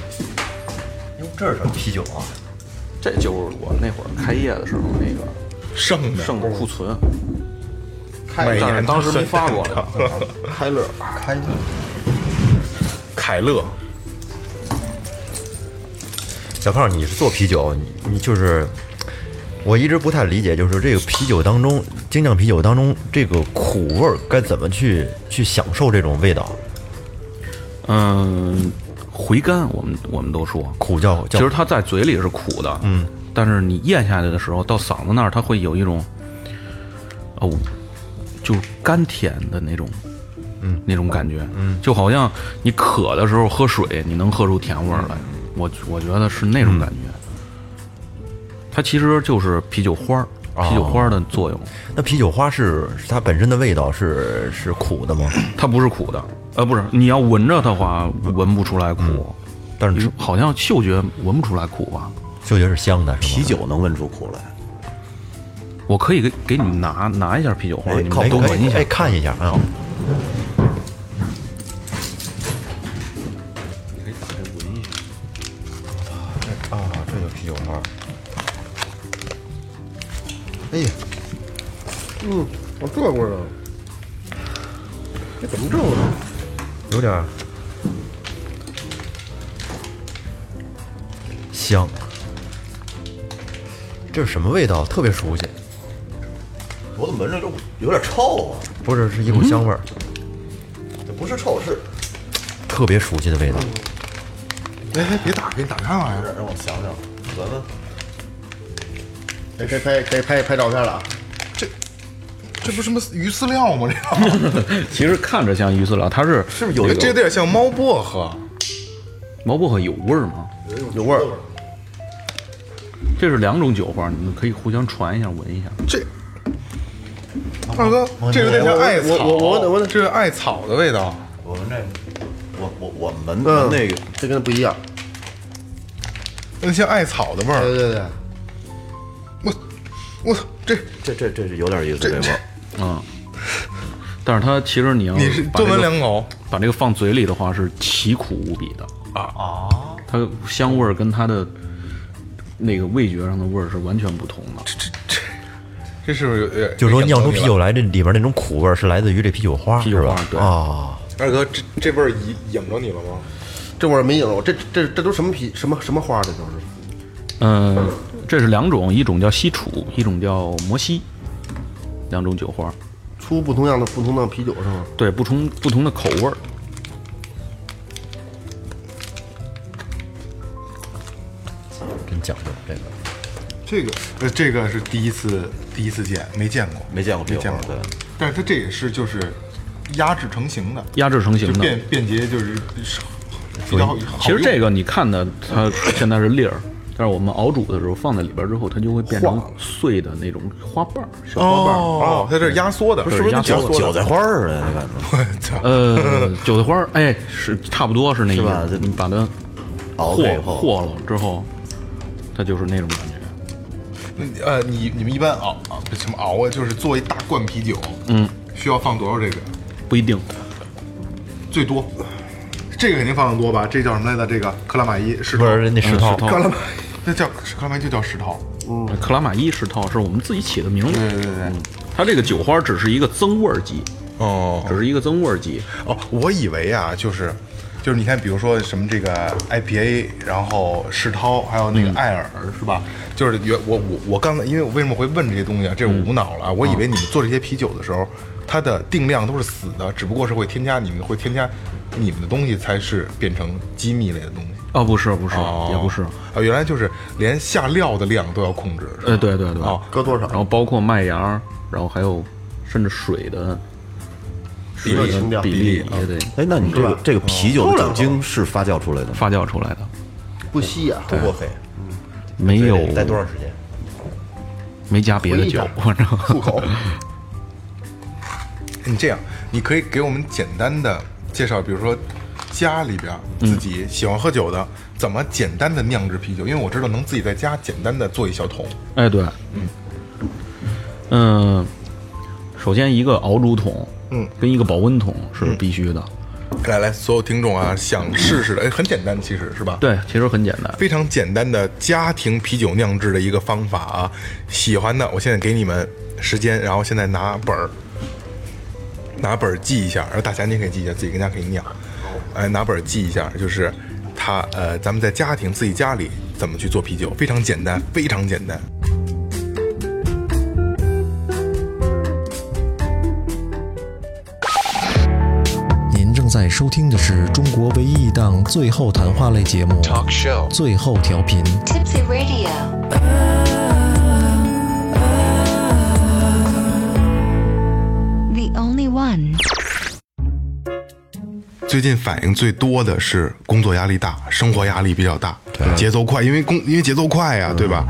B: 这是什么啤酒啊？
H: 这就是我那会儿开业的时候那个
C: 剩的
H: 剩的库存，但
C: 每年
H: 是当时没发过
C: 了。
H: 来， 开乐。
D: 啊
C: 凯乐，
H: 啊
B: 小胖，你是做啤酒，你你就是，我一直不太理解，就是这个啤酒当中，精酿啤酒当中这个苦味儿该怎么去去享受这种味道？
E: 嗯，回甘我们我们都说，
B: 苦叫
E: 其
B: 叫
E: 实它在嘴里是苦的，嗯，但是你咽下去的时候，到嗓子那儿，它会有一种，哦，就是甘甜的那种，嗯，那种感觉，嗯，就好像你渴的时候喝水，你能喝出甜味儿来，我我觉得是那种感觉。它其实就是啤酒花儿，啤酒花儿的作用，
B: 那啤酒花是是它本身的味道是是苦的吗？
E: 它不是苦的，呃，不是，你要闻着的话，闻不出来苦。
B: 但是吃
E: 好像嗅觉闻不出来苦吧？
B: 嗅觉是香的，是吗？
F: 啤酒能闻出苦来，
E: 我可以给给你们拿拿一下啤酒花，你
B: 靠
E: 们都闻一下
B: 哎，。看一下啊。啊，这个啤酒花，
D: 哎呀，嗯，我做过了。这怎么做的？
B: 有点儿香，这是什么味道？特别熟悉，
F: 我怎么闻着就有点臭啊？
B: 不是是一股香味儿，
F: 这不是臭，是
B: 特别熟悉的味道。
C: 哎哎，别打，给你打开玩意儿。
F: 让我想想，闻闻。
D: 给给拍给拍拍照片了啊！
C: 这不是什么鱼饲 料吗？
H: 哎
C: 这个
E: 其实看着像鱼饲料，它是
F: 是不是有一
C: 这有
F: 个
C: 点像猫薄荷。
E: 毛薄荷有味儿吗？
D: 有味儿，
E: 这是两种酒花，你们可以互相传一下，闻一下。
C: 这，二哥，这有点像艾草。
D: 我我我我我
C: 这是艾草的味道。
F: 我们这个，我我我闻
D: 嗯，
F: 闻那个，
D: 这跟不一样。
C: 那像艾草的味
D: 对
C: 儿。
D: 对对，
C: 我我操，这
F: 这这这是有点意思，这味儿。
E: 嗯，但是它其实你要
C: 你是
E: 把
C: 多
E: 这
C: 闻
E: 个
C: 两口，
E: 把这个放嘴里的话是奇苦无比的啊！它香味儿跟它的那个味觉上的味儿是完全不同的。
C: 这是不是有点？
B: 就是说酿出啤酒
C: 来。
B: 来，这里边那种苦味儿是来自于这啤酒花，
E: 啤酒花
B: 是吧？
E: 对
B: 啊，
C: 二哥，这这味儿引引着你了吗？
D: 这味儿没影了。我这这这都什么皮什么什么花的都是。
E: 嗯，这是两种，一种叫西楚，一种叫摩西，两种酒花。
D: 出不同样的不同的啤酒是吗？
E: 对，不同不同的口味儿。
B: 真讲究这个。
C: 这个呃，这个是第一次第一次见，没见过，
F: 没见过啤
C: 没
F: 酒
C: 见
F: 花
C: 过。嗯
F: 对，
C: 但是它这也是就是压制成型的，
E: 压制成型
C: 就
E: 的
C: 便便捷就是比较好。
E: 其实这个你看的，它现在是粒儿，但是我们熬煮的时候放在里边儿之后，它就会变成碎的那种花瓣儿，小花瓣儿。
C: 哦，它这是压缩的，
E: 是不是压缩的
F: 韭韭菜花儿的感觉，
E: 呃，韭菜花儿，哎，是差不多是那意
F: 是吧
E: 思。你把它
F: 熬
E: 和
F: 了以后
E: 和了之后，它就是那种感觉。
C: 嗯呃，你你们一般熬啊什么熬啊？就是做一大罐啤酒，嗯，需要放多少这个？
E: 不一定，
C: 最多，这个肯定放的多吧？这叫什么来着？这个克拉玛依石
B: 不
C: 头，
B: 是那石头，
C: 克拉玛，那叫克拉玛依就叫石头。
E: 克拉玛依是套，是我们自己起的名
C: 对
E: 字。
C: 对对，
E: 它这个酒花儿只是一个增味儿剂，
C: 哦
E: 只是一个增味儿剂。
C: 哦，我以为啊，就是就是你看，比如说什么这个 IPA，然后世涛，还有那
B: 嗯
C: 个艾尔，是吧？就是原我我我刚才，因为我为什么会问这些东西啊？这是
B: 嗯
C: 无脑了啊，我以为你们做这些啤酒的时候，它的定量都是死的，只不过是会添加你们会添加你们的东西，才是变成机密类的东西。
E: 哦，不是，不是，
C: 哦
E: 也不是。
C: 啊，原来就是连下料的量都要控制。是吧
E: 呃，对对对，
C: 哦
D: 搁多
E: 然
D: 少？
E: 后包括麦芽儿，然后还有甚至水的
D: 比例情调，
E: 比例
D: 对对，
F: 哎，那你这个这个啤酒的酒精是发酵出来的吗？
E: 发酵出来的，
D: 不啊稀呀，
B: 不过费，
E: 没有
B: 这得待多长时间？
E: 没加别的酒，反正
D: 漱口，
C: 你这样，你可以给我们简单的介绍，比如说家里边儿
E: 嗯
C: 自己喜欢喝酒的，怎么简单的酿制啤酒？因为我知道能自己在家简单的做一小桶。
E: 哎，对，嗯， 嗯，首先一个熬煮桶，
C: 嗯，
E: 跟一个保温桶是必须的，
C: 来来，所有听众啊，想试试的，哎，很简单，其实是吧？。
E: 对，其实很简单，
C: 非常简单的家庭啤酒酿制的一个方法啊，喜欢的我现在给你们时间，然后现在拿本儿，拿本儿记一下，然后大侠您可以记一下，自己跟家可以酿，哎，拿本儿记一下，就是他呃，咱们在家庭自己家里怎么去做啤酒，非常简单，非常简单。
I: 您正在收听的是中国唯一一档最后谈话类节目《Talk Show》最后调频。
J: Tipsy Radio. The only one.
C: 最近反应最多的是工作压力大，生活压力比较大，节奏快，因为工因为节奏快呀、对吧？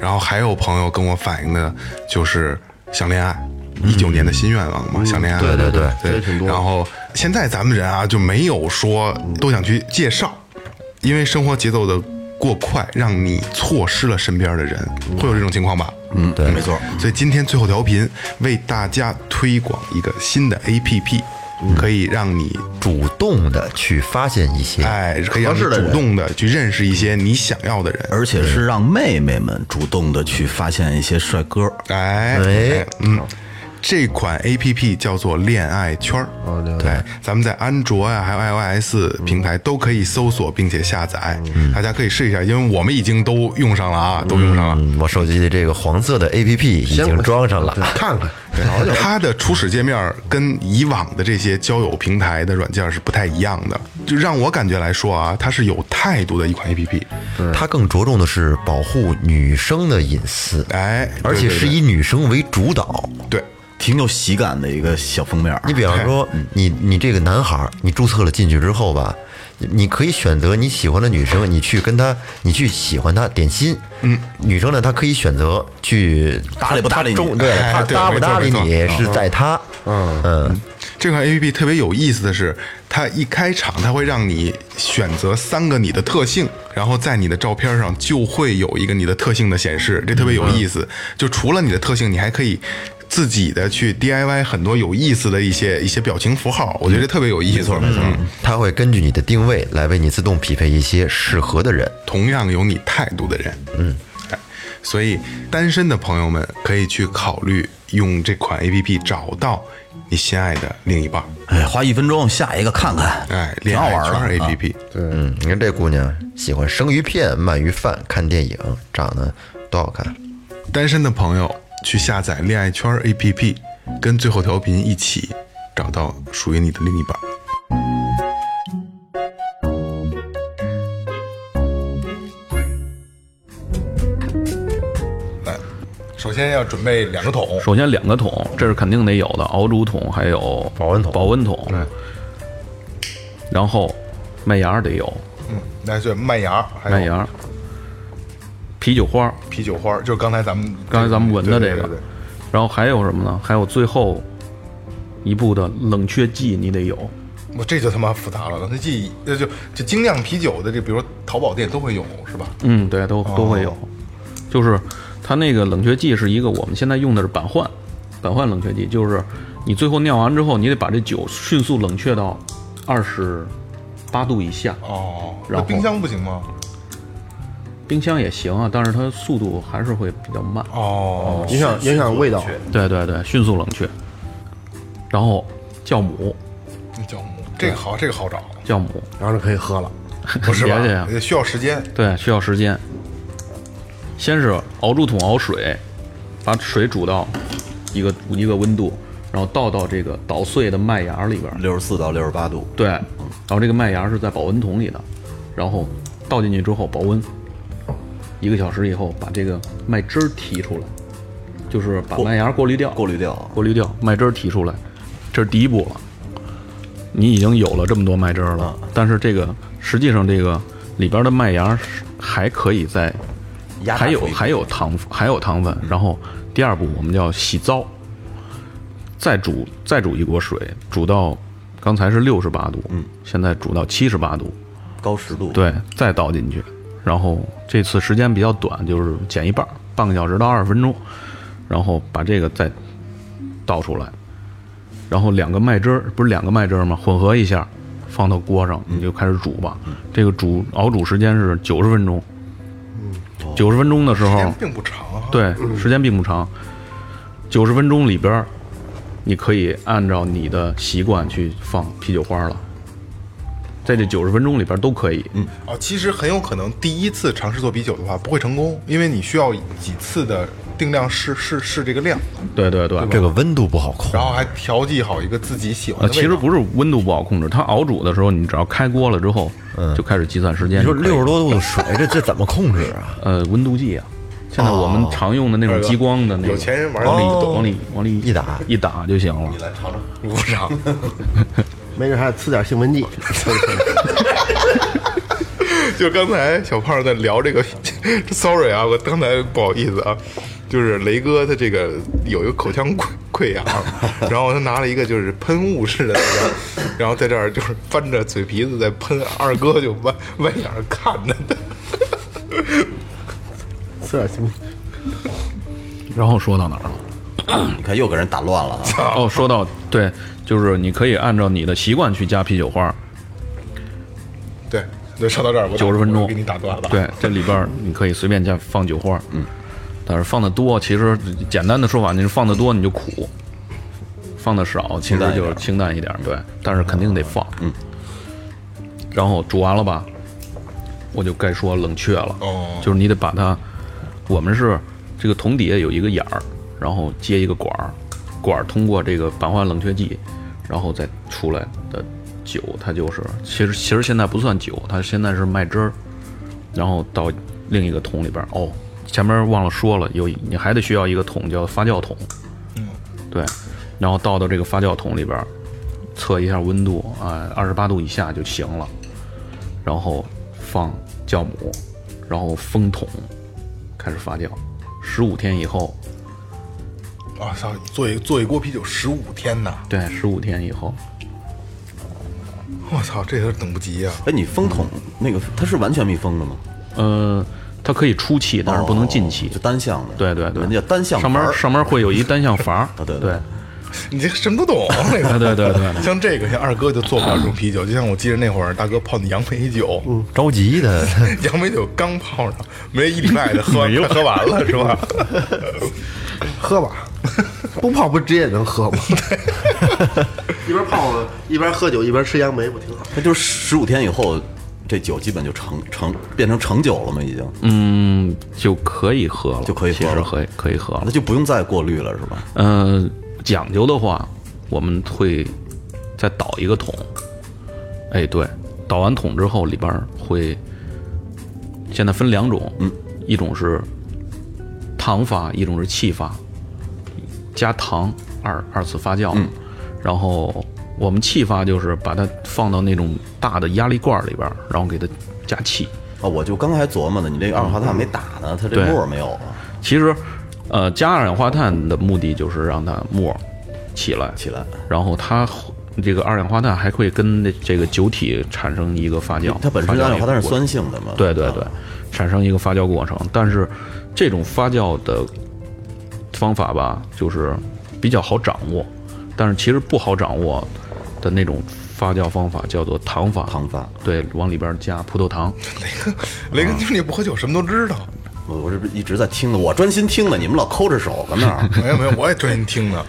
C: 然后还有朋友跟我反映的就是想恋爱，一九年的新愿望嘛，想恋爱，对嗯对对对，然后现在咱们人啊就没有说都想去介绍，因为生活节奏的过快，让你错失了身边的人，会有这种情况吧？嗯，对，没错。所以今天最后调频为大家推广一个新的 APP，可以让你
B: 主动的去发现一些，
C: 哎，可以让你
F: 合适的
C: 主
F: 人
C: 动的去认识一些你想要的人。
F: 而且是让妹妹们主动的去发现一些帅哥。
C: 哎，
B: 哎
C: 嗯，这款 A P P 叫做恋爱圈儿。
D: 哦了解
C: 对，咱们在安卓呀、还有 iOS 平台都可以搜索并且下载，大家可以试一下，因为我们已经都用上了啊，都用上了。
B: 嗯，我手机的这个黄色的 APP 已经装上了，
D: 看看，
C: 对，它的初始界面跟以往的这些交友平台的软件是不太一样的，就让我感觉来说啊，它是有态度的一款 A P P。
B: 它更着重的是保护女生的隐私，
C: 哎，
B: 而且
C: 对
B: 是以女生为主导。
C: 对。对
F: 挺有喜感的一个小封面儿，
B: 你比方说，你你这个男孩儿，你注册了进去之后吧，你你可以选择你喜欢的女生，你去跟她，你去喜欢她点心。嗯，女生呢，她可以选择去
F: 搭理不搭理你
B: 中对，
C: 哎
B: 她
C: 对
B: 搭不
C: 没错
B: 搭理
C: 没错
B: 你是在她，嗯嗯，
C: 这款 A P P 特别有意思的是，它一开场，它会让你选择三个你的特性，然后在你的照片上就会有一个你的特性的显示，这特别有意思。就除了你的特性，你还可以自己的去 D I Y 很多有意思的一些一些表情符号，我觉得这特别有意思。没嗯错，没错。
B: 她会根据你的定位来为你自动匹配一些适合的人。
C: 同样有你态度的人。嗯，所以单身的朋友们可以去考虑用这款 A P P 找到你心爱的另一半。
F: 哎，花一分钟下一个看看，
C: 哎，
F: 挺
C: 恋
F: 好
C: 爱
F: 玩
C: 圈
F: 的
C: A
F: 啊
C: P P。
B: 嗯，你看这姑娘喜欢生鱼片、鳗鱼饭、看电影，长得多好看。
C: 单身的朋友去下载恋爱圈 APP，跟最后调频一起找到属于你的另一半。来，首先要准备两个桶，
E: 首先两个桶，这是肯定得有的，熬煮桶还有
B: 保温桶
E: 保温桶，对，然后麦芽儿得有，
C: 嗯，那是麦芽，还有
E: 麦芽、啤酒花，
C: 啤酒花，就是刚才咱们
E: 刚才咱们闻的这
C: 对对
E: 个
C: 对对，
E: 然后还有什么呢？还有最后一步的冷却剂，你得有。
C: 我这就他妈复杂了，那记呃就就精酿啤酒的这，比如说淘宝店都会有，是吧？
E: 嗯，对，都都会有。就是它那个冷却剂是一个我们现在用的是版换，版换冷却剂，就是你最后酿完之后，你得把这酒迅速冷却到二十八度以下。
C: 哦，
E: 然
C: 那
E: 后
C: 冰箱不行吗？
E: 冰箱也行啊，但是它速度还是会比较慢。
C: 哦，
D: 影响影响味道，
E: 对对对，迅速冷却。然后酵母，
C: 那酵母，这个好，这个好找，
E: 酵 母，
D: 然后就可以喝了。
C: 不是吧
E: 别介啊？
C: 也需要时间。
E: 对，需要时间。先是熬煮桶熬水，把水煮到一个一个温度，然后倒到这个捣碎的麦芽里边儿。
F: 六十四到六十八度，
E: 对，然后这个麦芽是在保温桶里的，然后倒进去之后保温一个小时以后，把这个麦汁儿提出来，就是把麦芽过滤掉，
F: 过滤掉
E: 过滤掉麦汁儿提出来，这是第一步了。你已经有了这么多麦汁儿了，但是这个实际上这个里边的麦芽是还可以在，
F: 压榨
E: 还有
F: 出一
E: 还有糖还有糖分，然后第二步我们叫洗糟，再煮再煮一锅水，煮到刚才是六十八度，嗯，现在煮到七十八度，
F: 高湿度，
E: 对，再倒进去，然后这次时间比较短，就是减一半儿，半个小时到二十分钟，然后把这个再倒出来，然后两个麦汁儿不是两个麦汁儿吗？混合一下，放到锅上，你就开始煮吧。这个煮熬煮时间是九十分钟，九十分钟的时
C: 时
E: 候
C: 间，并不长啊。
E: 哦对，时间并不长，九十分钟里边儿，你可以按照你的习惯去放啤酒花了。在这九十分钟里边儿都可以，嗯，
C: 哦，其实很有可能第一次尝试做啤酒的话不会成功，因为你需要几次的定量试试试这个量，
E: 对对对，
B: 这个温度不好控
C: 然，后还调剂好一个自己喜欢
E: 呃，
C: 的味道。
E: 其实不是温度不好控制，它熬煮的时候，你只要开锅了之后，就开始计算时间
B: 嗯你说
E: 就可以了。
B: 六十多度的水，这这怎么控制啊？
E: 呃温度计啊，现在我
B: 哦
E: 们常用的那种激光的那种，
C: 有钱人玩哦
E: 往里
C: 的
E: 往里往里
B: 一打
E: 一打就行了。
C: 不长，
D: 没准还得吃点兴奋剂。
C: 就刚才小胖在聊这个 ，sorry 啊，我刚才不好意思啊，就是雷哥他这个有一个口腔溃溃疡， 然后他拿了一个就是喷雾似的那个， 然后在这儿就是翻着嘴皮子在喷，二哥就弯弯眼儿看着他。
D: 吃点兴奋剂，
E: 然后说到哪儿了？
F: 你看又给人打乱了啊。
E: 哦，说到对，就是你可以按照你的习惯去加啤酒花，
C: 对，就说到这儿，我打
E: 九十分钟
C: 我给你打断了。，
E: 对，这里边儿你可以随便加放酒花，嗯，但是放的多，其实简单的说法，你放的多你就苦，放的少其实就是清淡一点儿，对，但是肯定得放，嗯。然后煮完了吧，我就该说冷却了，
C: 哦
E: 就是你得把它，我们是这个桶底下有一个眼儿，然后接一个管儿，管儿通过这个版换冷却剂，然后再出来的酒，它就是其实其实现在不算酒，它现在是麦汁儿，然后到另一个桶里边儿。哦，前面忘了说了，有你还得需要一个桶叫发酵桶，嗯，对，然后倒到这个发酵桶里边儿，测一下温度啊，二十八度以下就行了，然后放酵母，然后封桶，开始发酵，十五天以后，
C: 啊操，做一做一锅啤酒十五天呐，
E: 对，十五天以后，
C: 我操，这有点等不及啊呀、
F: 哎，你封桶
E: 嗯
F: 那个它是完全密封的吗？
E: 呃，它可以出气，但是不能进气。
F: 哦就单向的。
E: 对对对，
F: 人家单向
E: 上
F: 门。
E: 面上面会有一单向阀儿
F: 对对
E: 对
C: 你这什么都懂， 那个。
E: 对对对对，
C: 像这个，像二哥就做不了这种啤酒，就像我记得那会儿大哥泡那杨梅酒，
B: 着急的，
C: 杨梅酒刚泡上，没一礼拜的喝完，快喝完了是吧？
D: 喝吧， 不泡不直接也能喝吗？ 一边泡一边喝酒一边吃杨梅，不挺好？
F: 它就是十五天以后，这酒基本就成成变成成酒了嘛，已经，
E: 嗯，就可以喝了，
F: 就可以
E: 其
F: 喝
E: 实
F: 了
E: 可以可以喝了
F: 那。就不用再过滤了，是吧？
E: 嗯，讲究的话，我们会再倒一个桶。哎，对，倒完桶之后，里边儿会现在分两种，嗯，一种是糖发，一种是气发，加糖二二次发酵。嗯，然后我们气发就是把它放到那种大的压力罐儿里边儿，然后给它加气。
F: 啊，我就刚才琢磨呢，你这个二氧化碳没打呢，它这
E: 对
F: 沫儿没有啊了，
E: 其实，呃，加二氧化碳的目的就是让它沫儿起来，
F: 起来，
E: 然后它这个二氧化碳还会跟那这个酒体产生一个发酵，
F: 它本身
E: 发酵
F: 二氧化碳是
E: 一个过
F: 酸性的嘛？啊
E: 程，对对对，产生一个发酵过程。但是这种发酵的方法吧，就是比较好掌握，但是其实不好掌握的那种发酵方法叫做糖法，
F: 糖发
E: 对，往里边加葡萄糖，
C: 雷
E: 啊
C: 哥，就是你不喝酒，什么都知道。
F: 我我这不一直在听呢，我专心听呢，你们老抠着手搁那 儿
C: 没有没有，我也专心听呢。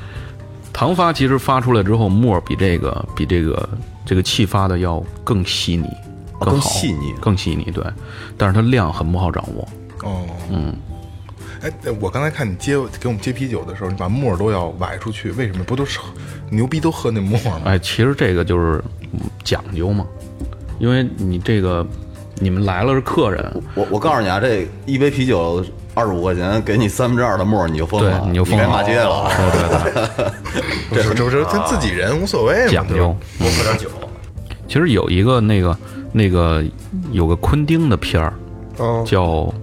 E: 糖发其实发出来之后，沫儿比这个比这个这个气发的要更细腻，
F: 哦
E: 更
F: 更
E: 好，
F: 细腻
E: 更细腻，对。但是它量很不好掌握，
C: 哦，嗯。哎，我刚才看你接给我们接啤酒的时候，你把沫儿都要崴出去，为什么？不都是喝牛逼都喝那沫儿吗？
E: 哎，其实这个就是嗯讲究嘛，因为你这个你们来了是客人，
F: 我我告诉你啊，这一杯啤酒二十五块钱，给你三分之二的沫儿，你就疯了，
E: 对你就疯了
F: 该骂 街了。
G: 哎
C: 这这这咱自己人无所谓嘛，
E: 讲
C: 对吧
E: 究。嗯
G: 多喝点酒，
E: 其实有一个那个那个有个昆汀的片儿
D: 哦
E: 叫《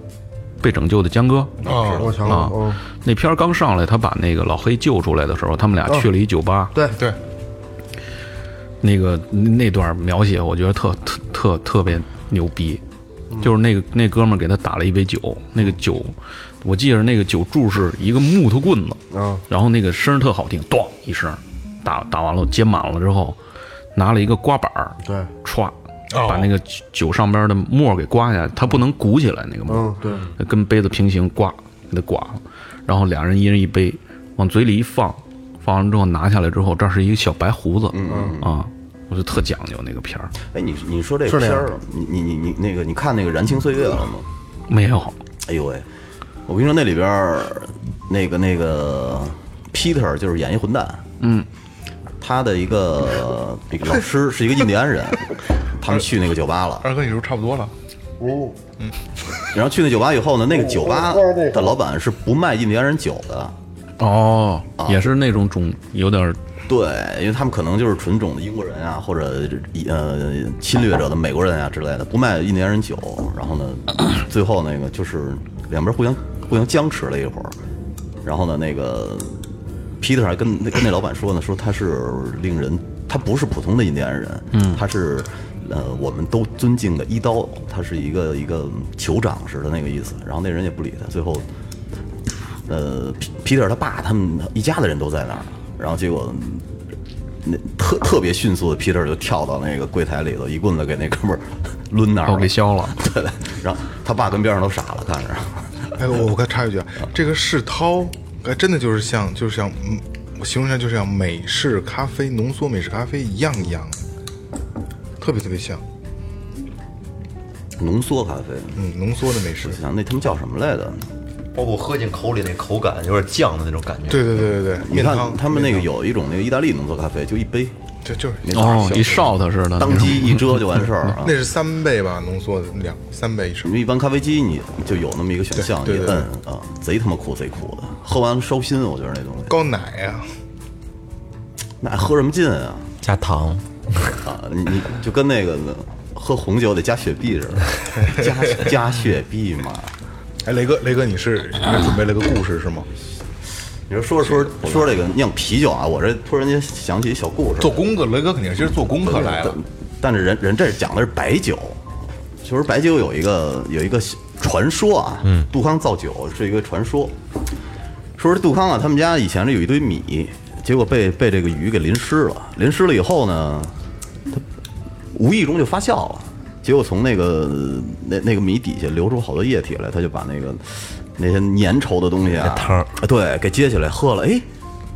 E: 被拯救的江哥》
C: 哦
D: 我想
E: 啊
D: 哦，
E: 那片儿刚上来，他把那个老黑救出来的时候，他们
G: 哦
E: 俩去了一酒吧，
D: 对，
C: 对，
E: 那个那段描写，我觉得特特特特别牛逼，就是那个那哥们儿给他打了一杯酒，那个酒，我记着那个酒柱是一个木头棍子，
D: 啊，
E: 然后那个声儿特好听，咚一声，打打完了接满了之后，拿了一个刮板儿，
D: 对，
E: 歘，
C: 哦
E: 把那个酒酒上边的沫儿给刮下来，它不能鼓起来那个沫儿，
D: 嗯，对，
E: 跟杯子平行刮，给它刮了，然后俩人一人一杯，往嘴里一放，放完之后拿下来之后，这儿是一个小白胡子，嗯啊，我就特讲究那个片儿，
F: 哎，你你说这
D: 是
F: 个
D: 那
F: 片
D: 样
F: 儿，你你你你那个你看那个《燃情岁月》了吗？
E: 没有，
F: 哎呦喂，我跟你说那里边儿那个那个 Peter 就是演一混蛋，嗯，他的一个那个老师是一个印第 安人，他们去那个酒吧了，
C: 二哥你是不是差不多了？
D: 嗯，
F: 然后去那酒吧以后呢，那个酒吧的老板是不卖印第安人酒的，
E: 哦，也是那种种有点儿，
F: 对，因为他们可能就是纯种的英国人啊，或者呃侵略者的美国人啊之类的，呃不卖印第安人酒。然后呢，最后那个就是两边互相互相僵持了一会儿。然后呢，那个呃 Peter 还跟那跟那老板说呢，说他是令人他不是普通的印第安人，嗯，他是呃我们都尊敬的一刀，他是一个一个酋长似的那个意思。然后那人也不理他，最后呃，P-，Peter 他爸他们一家的人都在那儿，然后结果嗯那特特别迅速的 Peter 就跳到那个柜台里头，一棍子给那哥们儿抡那儿
E: 把我给削了
F: 对，然后他爸跟边上都傻了，看着。
C: 哎，我我该插一句啊，这个世涛，哎，真的就是像就是像，嗯，我形容一下，就是像美式咖啡浓缩美式咖啡一样一样的，特别特别像，
F: 浓缩咖啡，
C: 嗯，浓缩的美式
F: 我。想那他们叫什么来着？
B: 包括喝进口里那口感，有点酱的那种感觉。
C: 对对对对对，
F: 你
C: 面
F: 看
C: 汤
F: 他们那个
C: 面
F: 有一种那个意大利浓缩咖啡，就一杯，
C: 汤对就是
F: 那
E: 哦，一 shot 似的，
F: 当机一遮就完事儿啊
C: 啊 那。是三倍吧，浓缩的两三倍以上
F: 因。为一般咖啡机你就有那么一个选项，
C: 对
F: 一
C: 对对
F: 摁啊，贼他妈苦贼苦的，喝完烧心，我觉得那东西，
C: 高奶啊，
F: 那喝什么劲啊？
B: 加糖，
F: 啊，你你就跟那个喝红酒得加雪碧似的，加加雪碧嘛。
C: 哎，雷哥，雷哥，你是你是准备了个故事是吗？
F: 你说说着说着说这个酿啤酒啊，我这突然间想起一小故事。
C: 做功课，雷哥肯定是今儿做功课来了
F: 但。但是人人这讲的是白酒，其实白酒有一个有一个传说啊，嗯，杜康造酒是一个传说，说是杜康啊，他们家以前这有一堆米，结果被被这个雨给淋湿了，淋湿了以后呢，他无意中就发酵了，结果从那个那那个米底下流出好多液体来，他就把那个那些粘稠的东西啊，
B: 汤儿
F: 啊对，给接起来喝了，哎，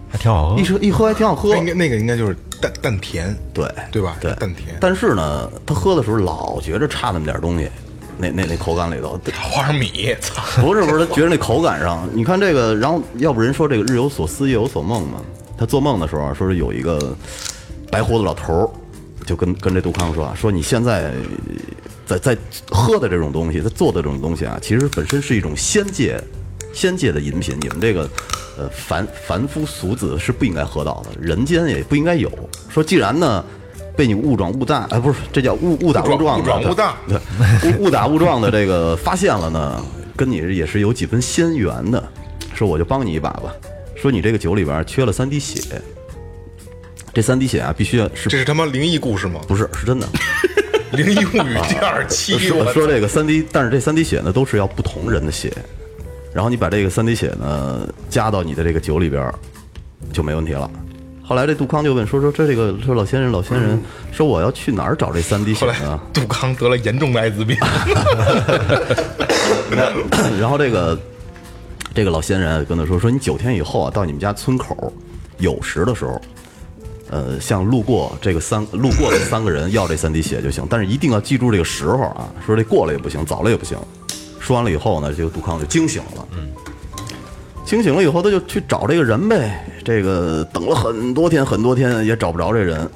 B: 还挺好喝
F: 一。喝一喝还挺好喝，
C: 那应该那个应该就是淡淡甜，
F: 对
C: 对吧？
F: 对，
C: 淡甜，
F: 但是呢，他喝的时候老觉着差那么点东西，那那那口感里头，
C: 花生米，操！
F: 不是不是，他觉着那口感上，你看这个，然后要不人说这个日有所思夜有所梦嘛。他做梦的时候啊说是有一个白胡子老头儿，就跟跟这杜康说啊，说你现在在在喝的这种东西，在做的这种东西啊，其实本身是一种仙界仙界的饮品，你们这个呃凡凡夫俗子是不应该喝到的，人间也不应该有。说既然呢。被你误撞误打，哎，不是，这叫误误打误撞的，
C: 误撞误打
F: 对， 误误打误撞的这个发现了呢，跟你也是有几分仙缘的。说我就帮你一把吧。说你这个酒里边缺了三滴血，这三滴血啊必须要
C: 这
F: 是
C: 是他妈灵异故事吗？
F: 不是是 真的？
C: 《灵异物语》第二期，
F: 啊说
C: 我
F: 说这个三滴，但是这三滴血呢都是要不同人的血，然后你把这个三滴血呢加到你的这个酒里边儿就没问题了。后来这杜康就问说说这这个说老仙人老仙人说我要去哪儿找这三滴血
C: 嗯后来
F: 呢？
C: 杜康得了严重的艾滋病，
F: 然后这个这个老仙人跟他说：“说你九天以后啊，到你们家村口有时的时候，呃，向路过这个三路过的三个人要这三滴血就行，但是一定要记住这个时候啊，说这过了也不行，早了也不行。”说完了以后呢，这个杜康就惊醒了。清醒了以后，他就去找这个人呗。这个等了很多天，很多天也找不着这人。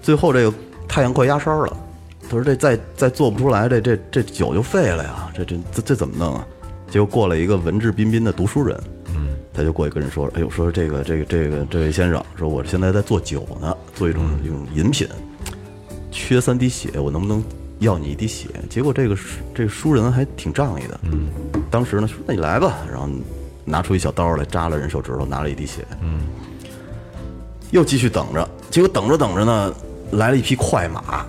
F: 最后这个太阳快压山了，他说这再再做不出来，这这这酒就废了呀，这这这这怎么弄啊？结果过来一个文质彬彬的读书人，嗯，他就过去跟人说：“哎呦，说这个这个这个这位先生，说我现在在做酒呢，做一种一种饮品，缺三滴血，我能不能要你一滴血？结果这个书这个书人还挺仗义的，嗯，当时呢说那你来吧，然后拿出一小刀来扎了人手指头，拿了一滴血，嗯，又继续等着，结果等着等着呢，来了一匹快马，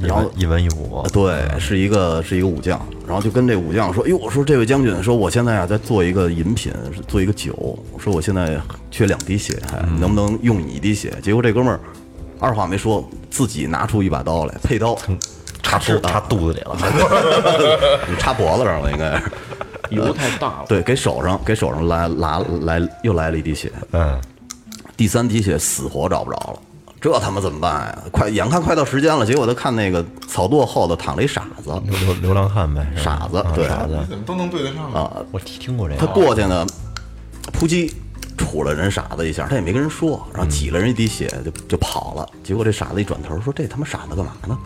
B: 一
F: 然后
B: 文一文一武，
F: 对，是一个是一个武将，然后就跟这武将说：“哟，我说这位将军，说我现在啊在做一个饮品，是做一个酒，我说我现在缺两滴血，还
E: 嗯
F: 能不能用你一滴血？”结果这哥们儿二话没说，自己拿出一把刀来，佩刀，
E: 嗯
B: 插
F: 手
B: 肚插啊肚子里了，
F: 插脖子上了，应该是
E: 油太大了，
F: 对，给手上给手上来拉来又来了一滴血，
B: 嗯，
F: 第三滴血死活找不着了，这他妈怎么办呀？快，眼看快到时间了，结果他看那个草垛后头躺了一傻子，
E: 嗯
B: 流 流流浪汉呗，是吧
F: 傻子
B: 啊
F: 对
B: 傻子，
C: 怎么都能对得上啊？
B: 我听听过这
F: 他
B: 个，
F: 过去呢，扑叽，杵了人傻子一下，他也没跟人说，然后挤了人一滴血就就跑了。结果这傻子一转头说：“这他妈傻子干嘛呢？”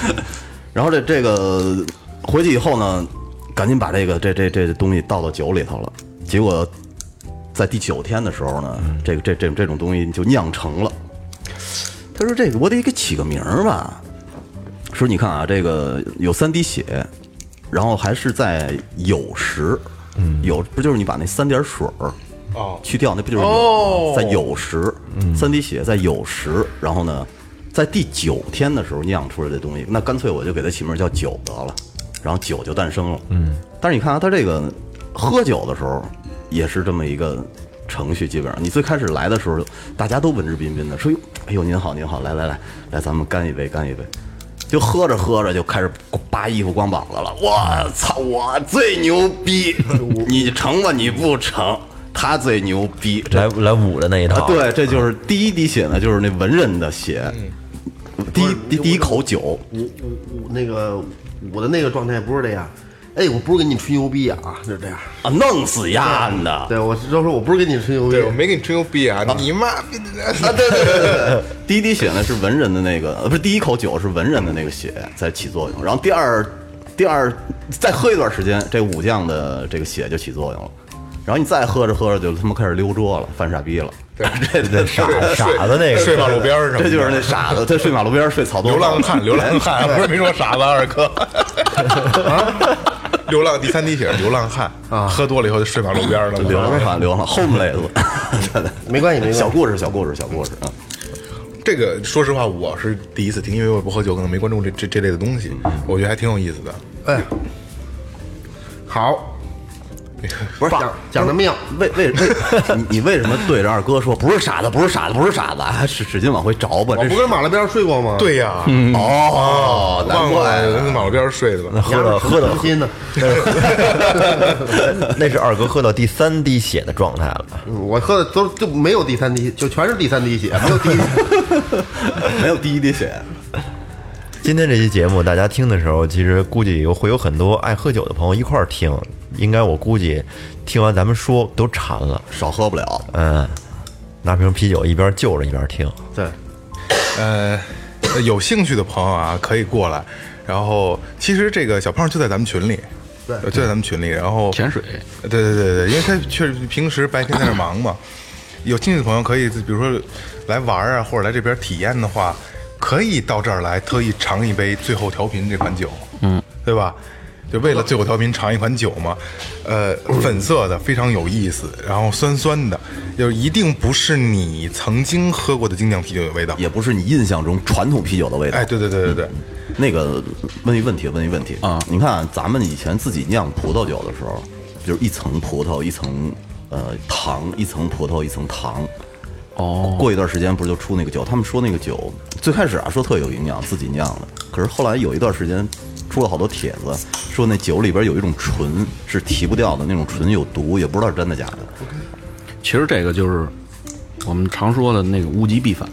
F: 然后这这个回去以后呢，赶紧把这个这这这东西倒到酒里头了。结果在第九天的时候呢，这个这这这种东西就酿成了。他说：“这个我得给起个名儿吧。”说你看啊，这个有三滴血，然后还是在酉时，嗯，酉不就是你把那三点水儿
C: 哦
F: 去掉，那不就是酉
C: 哦
F: 在酉时，三滴血在酉时，然后呢，在第九天的时候酿出来的东西，那干脆我就给它起名叫酒得了，然后酒就诞生了。嗯，但是你看啊，它这个喝酒的时候也是这么一个。程序基本上，你最开始来的时候，大家都文质彬彬的，说：“哟，哎呦，您好，您好，来来来，来，咱们干一杯，干一杯。”就喝着喝着就开始扒衣服光膀子了。我操，我最牛 逼，你成吧，你不成，他最牛逼。这
B: 来来舞的那一
F: 啊
B: 套，，
F: 对，这就是第一滴血呢，就是那文人的血，第一第第一口酒，
D: 我我我那个我的那个状态不是这样，哎，我不是跟你吹牛逼啊，就是这样。
F: 啊，弄死丫的
D: 对，我就说我不是跟你吹牛逼
C: 啊对，，我没给你吹牛逼啊！你妈逼！
F: 啊！对对对对对，第一滴血呢是文人的那个，呃不是第一口酒是文人的那个血在起作用，然后第二第二再喝一段时间，这武将的这个血就起作用了，然后你再喝着喝着就他妈开始溜桌了，犯傻逼了。
C: 对
F: 这这傻
B: 傻子那
C: 睡
B: 个，
C: 马路边儿上，
F: 这就是那傻子，他睡马路边儿睡草垛。
C: 流浪 汉，流浪汉，不是没说傻子二哥。
F: 啊
C: 流浪第三滴血，流浪汉啊，喝多了以后就睡马路边儿了。
F: 流浪汉，流浪 homeless。
D: 没关系没关系
F: 小故事，小故事，小故事啊！
C: 这个说实话，我是第一次听，因为我不喝酒，可能没关注这这这类的东西，
F: 嗯
C: 我觉得还挺有意思的。
D: 哎，
C: 好，
F: 不是
D: 讲讲的妙，
F: 为为为，你你为什么对着二哥说不是傻子，不是傻子，不是傻子，还使使劲往回找吧？
D: 我
F: 这
D: 不
F: 是
D: 跟马路边睡过吗？，
C: 哎对呀，
F: 哦，难
C: 忘
F: 怪
C: 了在马路边儿睡的吧？
B: 喝到喝到
D: 什么心呢？
B: 那是二哥喝到第三滴血的状态了，
D: 嗯我喝的都就没有第三滴，就全是第三滴血，没有第一滴。
F: 没有第一滴血。
B: 今天这期节目，大家听的时候，其实估计有会有很多爱喝酒的朋友一块儿听，应该我估计听完咱们说都馋了，
F: 少喝不了，
B: 嗯，拿瓶啤酒一边就着一边听，
D: 对，
C: 呃，有兴趣的朋友啊，可以过来。然后，其实这个小胖就在咱们群里，
D: 对
C: 就在咱们群里。然后
E: 潜水
C: 对对对对，因为他确实平时白天在那儿忙嘛。有兴趣的朋友可以，比如说来玩儿啊，或者来这边体验的话，可以到这儿来特意尝一杯最后调频这款酒，嗯，对吧？就为了最后调频尝一款酒嘛，呃，粉色的非常有意思，然后酸酸的，就是一定不是你曾经喝过的精酿啤酒的味道。
F: 也不是你印象中传统啤酒的味道。
C: 哎，对对对对对，
F: 那个问一问题，问一问题
E: 啊
F: 你看啊咱们以前自己酿葡萄酒的时候，就是一层葡萄，一层呃糖，一层葡萄，一层糖。
E: 哦，
F: 过一段时间不是就出那个酒？他们说那个酒最开始啊说特有营养，自己酿的。可是后来有一段时间出了好多帖子，说那酒里边有一种醇是提不掉的，那种醇有毒，也不知道是真的假的。
E: 其实这个就是我们常说的那个物极必反，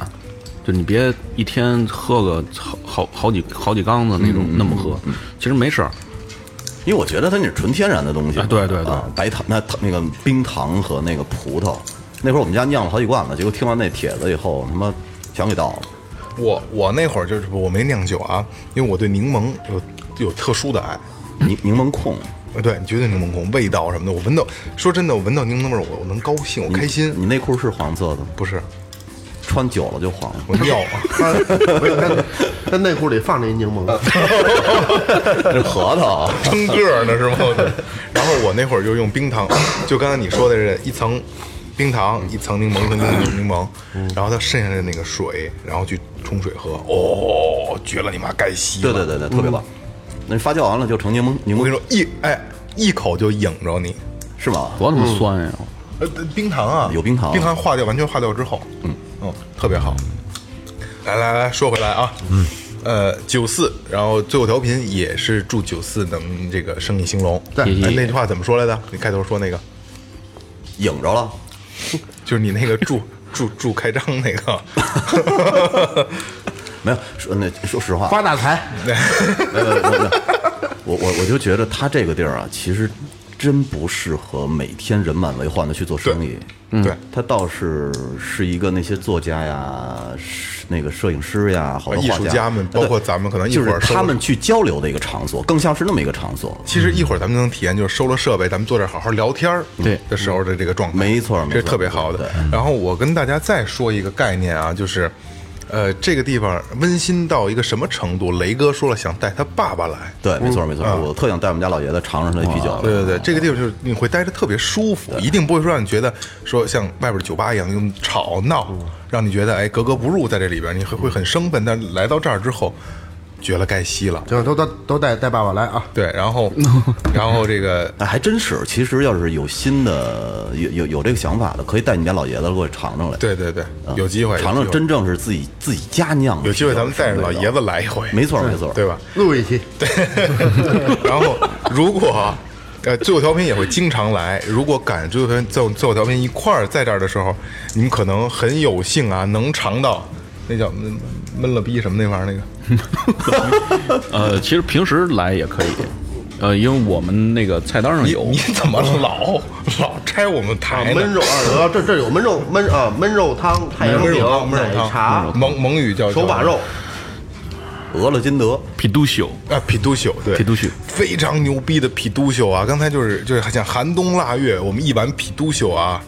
E: 就你别一天喝个好好好几好几缸子那种那么喝，其实没事儿。
F: 因为我觉得它那是纯天然的东西嘛。
E: 啊对对对
F: 啊白糖那糖那个冰糖和那个葡萄，那会儿我们家酿了好几罐子，结果听完那帖子以后，他妈全给倒了。
C: 我我那会儿就是我没酿酒啊，因为我对柠檬有有特殊的爱。
F: 柠柠檬控，
C: 呃对，绝对柠檬控，味道什么的，我闻到，说真的，我闻到柠檬味儿，我我能高兴，我开心。
F: 你内裤是黄色的吗？
C: 不是，
F: 穿久了就黄了。
C: 我尿啊！
D: 他没有他 他内裤里放着一柠檬，
F: 这 核桃，
C: 撑个儿呢是吗？ 然后我那会儿就用冰糖，就刚才你说的是一层冰糖，一层柠檬，一层柠檬，
F: 嗯
C: 然后它剩下的那个水，然后去冲水喝，哦，绝了你妈该吸
F: 对
C: 了！
F: 对对对，特别棒。那发酵完了就成柠檬柠
C: 嗯我跟你
F: 檬
C: 说一哎一口就引着你，
F: 是吗？
E: 多他妈酸呀！
C: 呃，冰糖啊，
F: 有冰糖
C: 冰糖化掉，完全化掉之后，嗯嗯，特别好。来来来，说回来啊，嗯，呃，九四，然后最后调频也是祝九四能这个生意兴隆。对
E: 嘿嘿
C: 那句话怎么说来着？你开头说那个，
F: 影着了，
C: 就是你那个祝祝祝开张那个，
F: 没有说那说实话，
D: 发大财。
F: 没有没有没有没有我我我就觉得他这个地儿啊，其实真不适合每天人满为患的去做生意。
C: 对，嗯
F: 他倒是是一个那些作家呀，是那个摄影师呀，好多
C: 啊艺术
F: 画哎
C: 家们包括咱们可能一
F: 就
C: 会儿
F: 是
C: 收
F: 他
C: 了
F: 们去交流的一个场所，更像是那么一个场所。
C: 其实一会儿咱们能体验，就是收了设备，咱们坐这儿好好聊天儿
E: 对
C: 的时候的这个状态，
F: 嗯没错没错嗯
C: 这是特别好的。然后我跟大家再说一个概念啊，就是，呃，这个地方温馨到一个什么程度？雷哥说了，想带他爸爸来。
F: 对，没错没错，我特想带我们家老爷子尝尝那啤酒。
C: 嗯啊对对对，这个地方就是你会待着特别舒服，一定不会说让你觉得说像外边酒吧一样用吵闹，
F: 嗯
C: 让你觉得哎格格不入在这里边，你会会很生分。但来到这儿之后，觉了该吸了。
D: 行，都都都带带爸爸来啊！
C: 对，然后然后这个
F: 哎，还真是。其实要是有新的、有有有这个想法的，可以带你家老爷子过去尝尝来。
C: 对对对
F: 嗯，
C: 有机会
F: 尝
C: 有机
F: 尝
C: 会
F: 真正是自己自己家酿的
C: 有机
F: 啤酒
C: 会
F: 是什
C: 咱
F: 么味道。
C: 们带着老
F: 啊
C: 爷子来一回，
F: 没错没错，
C: 对吧？
D: 录一期，
C: 然后如果呃最后调频也会经常来，如果赶最后调频最后最后调频一块儿在这儿的时候，你们可能很有幸啊，能尝到那叫闷闷了逼什么那玩意儿那个。
E: 呃，其实平时来也可以，呃，因为我们那个菜单上
C: 你
E: 有
C: 你怎么老老拆我们台呢
D: 啊焖肉二鹅，这这有焖肉焖啊焖肉汤、太阳
C: 哎焖
D: 饼
C: 肉汤、、焖肉
D: 奶茶
C: 汤、、蒙蒙语叫
D: 手把肉，
F: 俄勒金德，
E: 皮杜秀，
C: 啊，匹都秀，对，
E: 匹都秀
C: 非常牛逼的匹都秀啊！刚才就是就是像寒冬腊月，我们一碗匹都秀啊，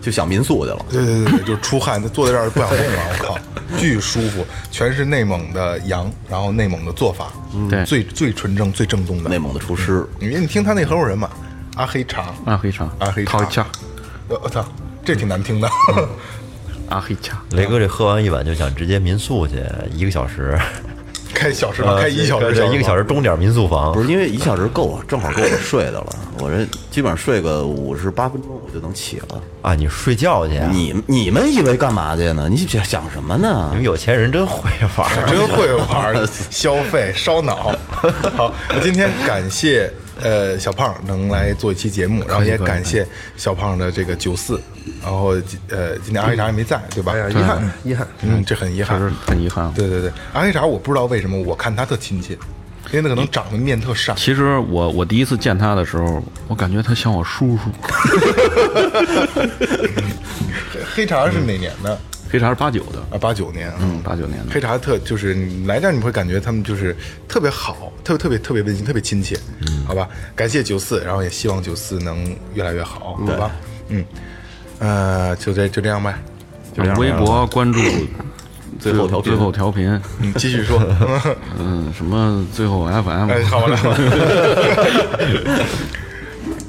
F: 就想民宿去了。
C: 对对对，对，就是出汗，坐在这儿不想动了，我靠，巨舒服，全是内蒙的羊，然后内蒙的做法，
E: 嗯对
C: 最最纯正、最正宗的
F: 内。蒙的厨师，
C: 因为你听他那合伙人嘛，阿黑茶，
E: 阿啊黑茶，
C: 阿黑茶
E: 陶恰，
C: 呃我操，这挺难听的，
E: 嗯阿黑恰，
B: 雷哥这喝完一碗就想直接民宿去，一个小时，
C: 开小时吧，开一小时，
B: 啊 对一个小时钟点民宿房
F: 不，是因为一小时够啊，正好够我睡的了。我这基本上睡个五十八分钟，我就能起了。
B: 啊，你睡觉
C: 哎
B: 去啊？你
F: 你你们以为干嘛去呢？你想想什么呢？
C: 嗯
B: 们有钱人真会玩 儿，
C: 真会
B: 啊
C: 玩儿，消费烧脑。好，今天感谢呃小胖能来做一期节目，然后也感谢小胖的这个九四，然后呃今天阿黑茶也没在，对吧？
D: 哎呀，遗憾遗憾。
C: 嗯，这很遗
E: 确
C: 憾
E: 实。很遗憾。啊
C: 对对对，阿黑茶我不知道为什么，我看他特亲切，因为那可能长得面特善。
E: 其实我我第一次见他的时候，我感觉他像我叔 叔。
C: 黑茶是哪年的？
E: 黑茶是八九的，
C: 啊，八九年啊。
E: 嗯，八九年的
C: 黑。茶特就是你来这儿你会感觉他们就是特别好，特别特别特别温馨，特别亲切，好吧？感谢九四，然后也希望九四能越来越好，好吧？嗯，呃，就这就这样呗。
F: 就这样吧
E: 嗯微博关注
F: 最后调频
E: 最后调频，
C: 嗯，继续说，
E: 嗯，什么最后 FM，
C: 哎，好了。好了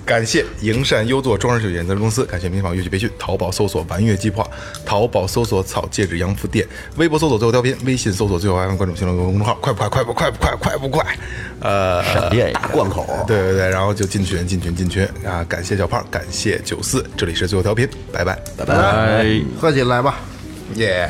C: 感谢营善优作装饰有限责任公司，感谢民纺乐器培训，淘宝搜索“玩乐计划”，淘宝搜索“草戒指洋服店”，微博搜索“最后调频”，微信搜索“最后 FM”，关注新浪微博公众号，快不快？快不快？快不快？快不快？呃，
B: 闪电一样。
F: 贯口，啊
C: 对对对，然后就进群，进群，进群啊！感谢小胖，感谢九四，这里是最后调频，拜拜，
F: 拜拜。
E: 哎。
D: 喝起来吧。
C: 耶、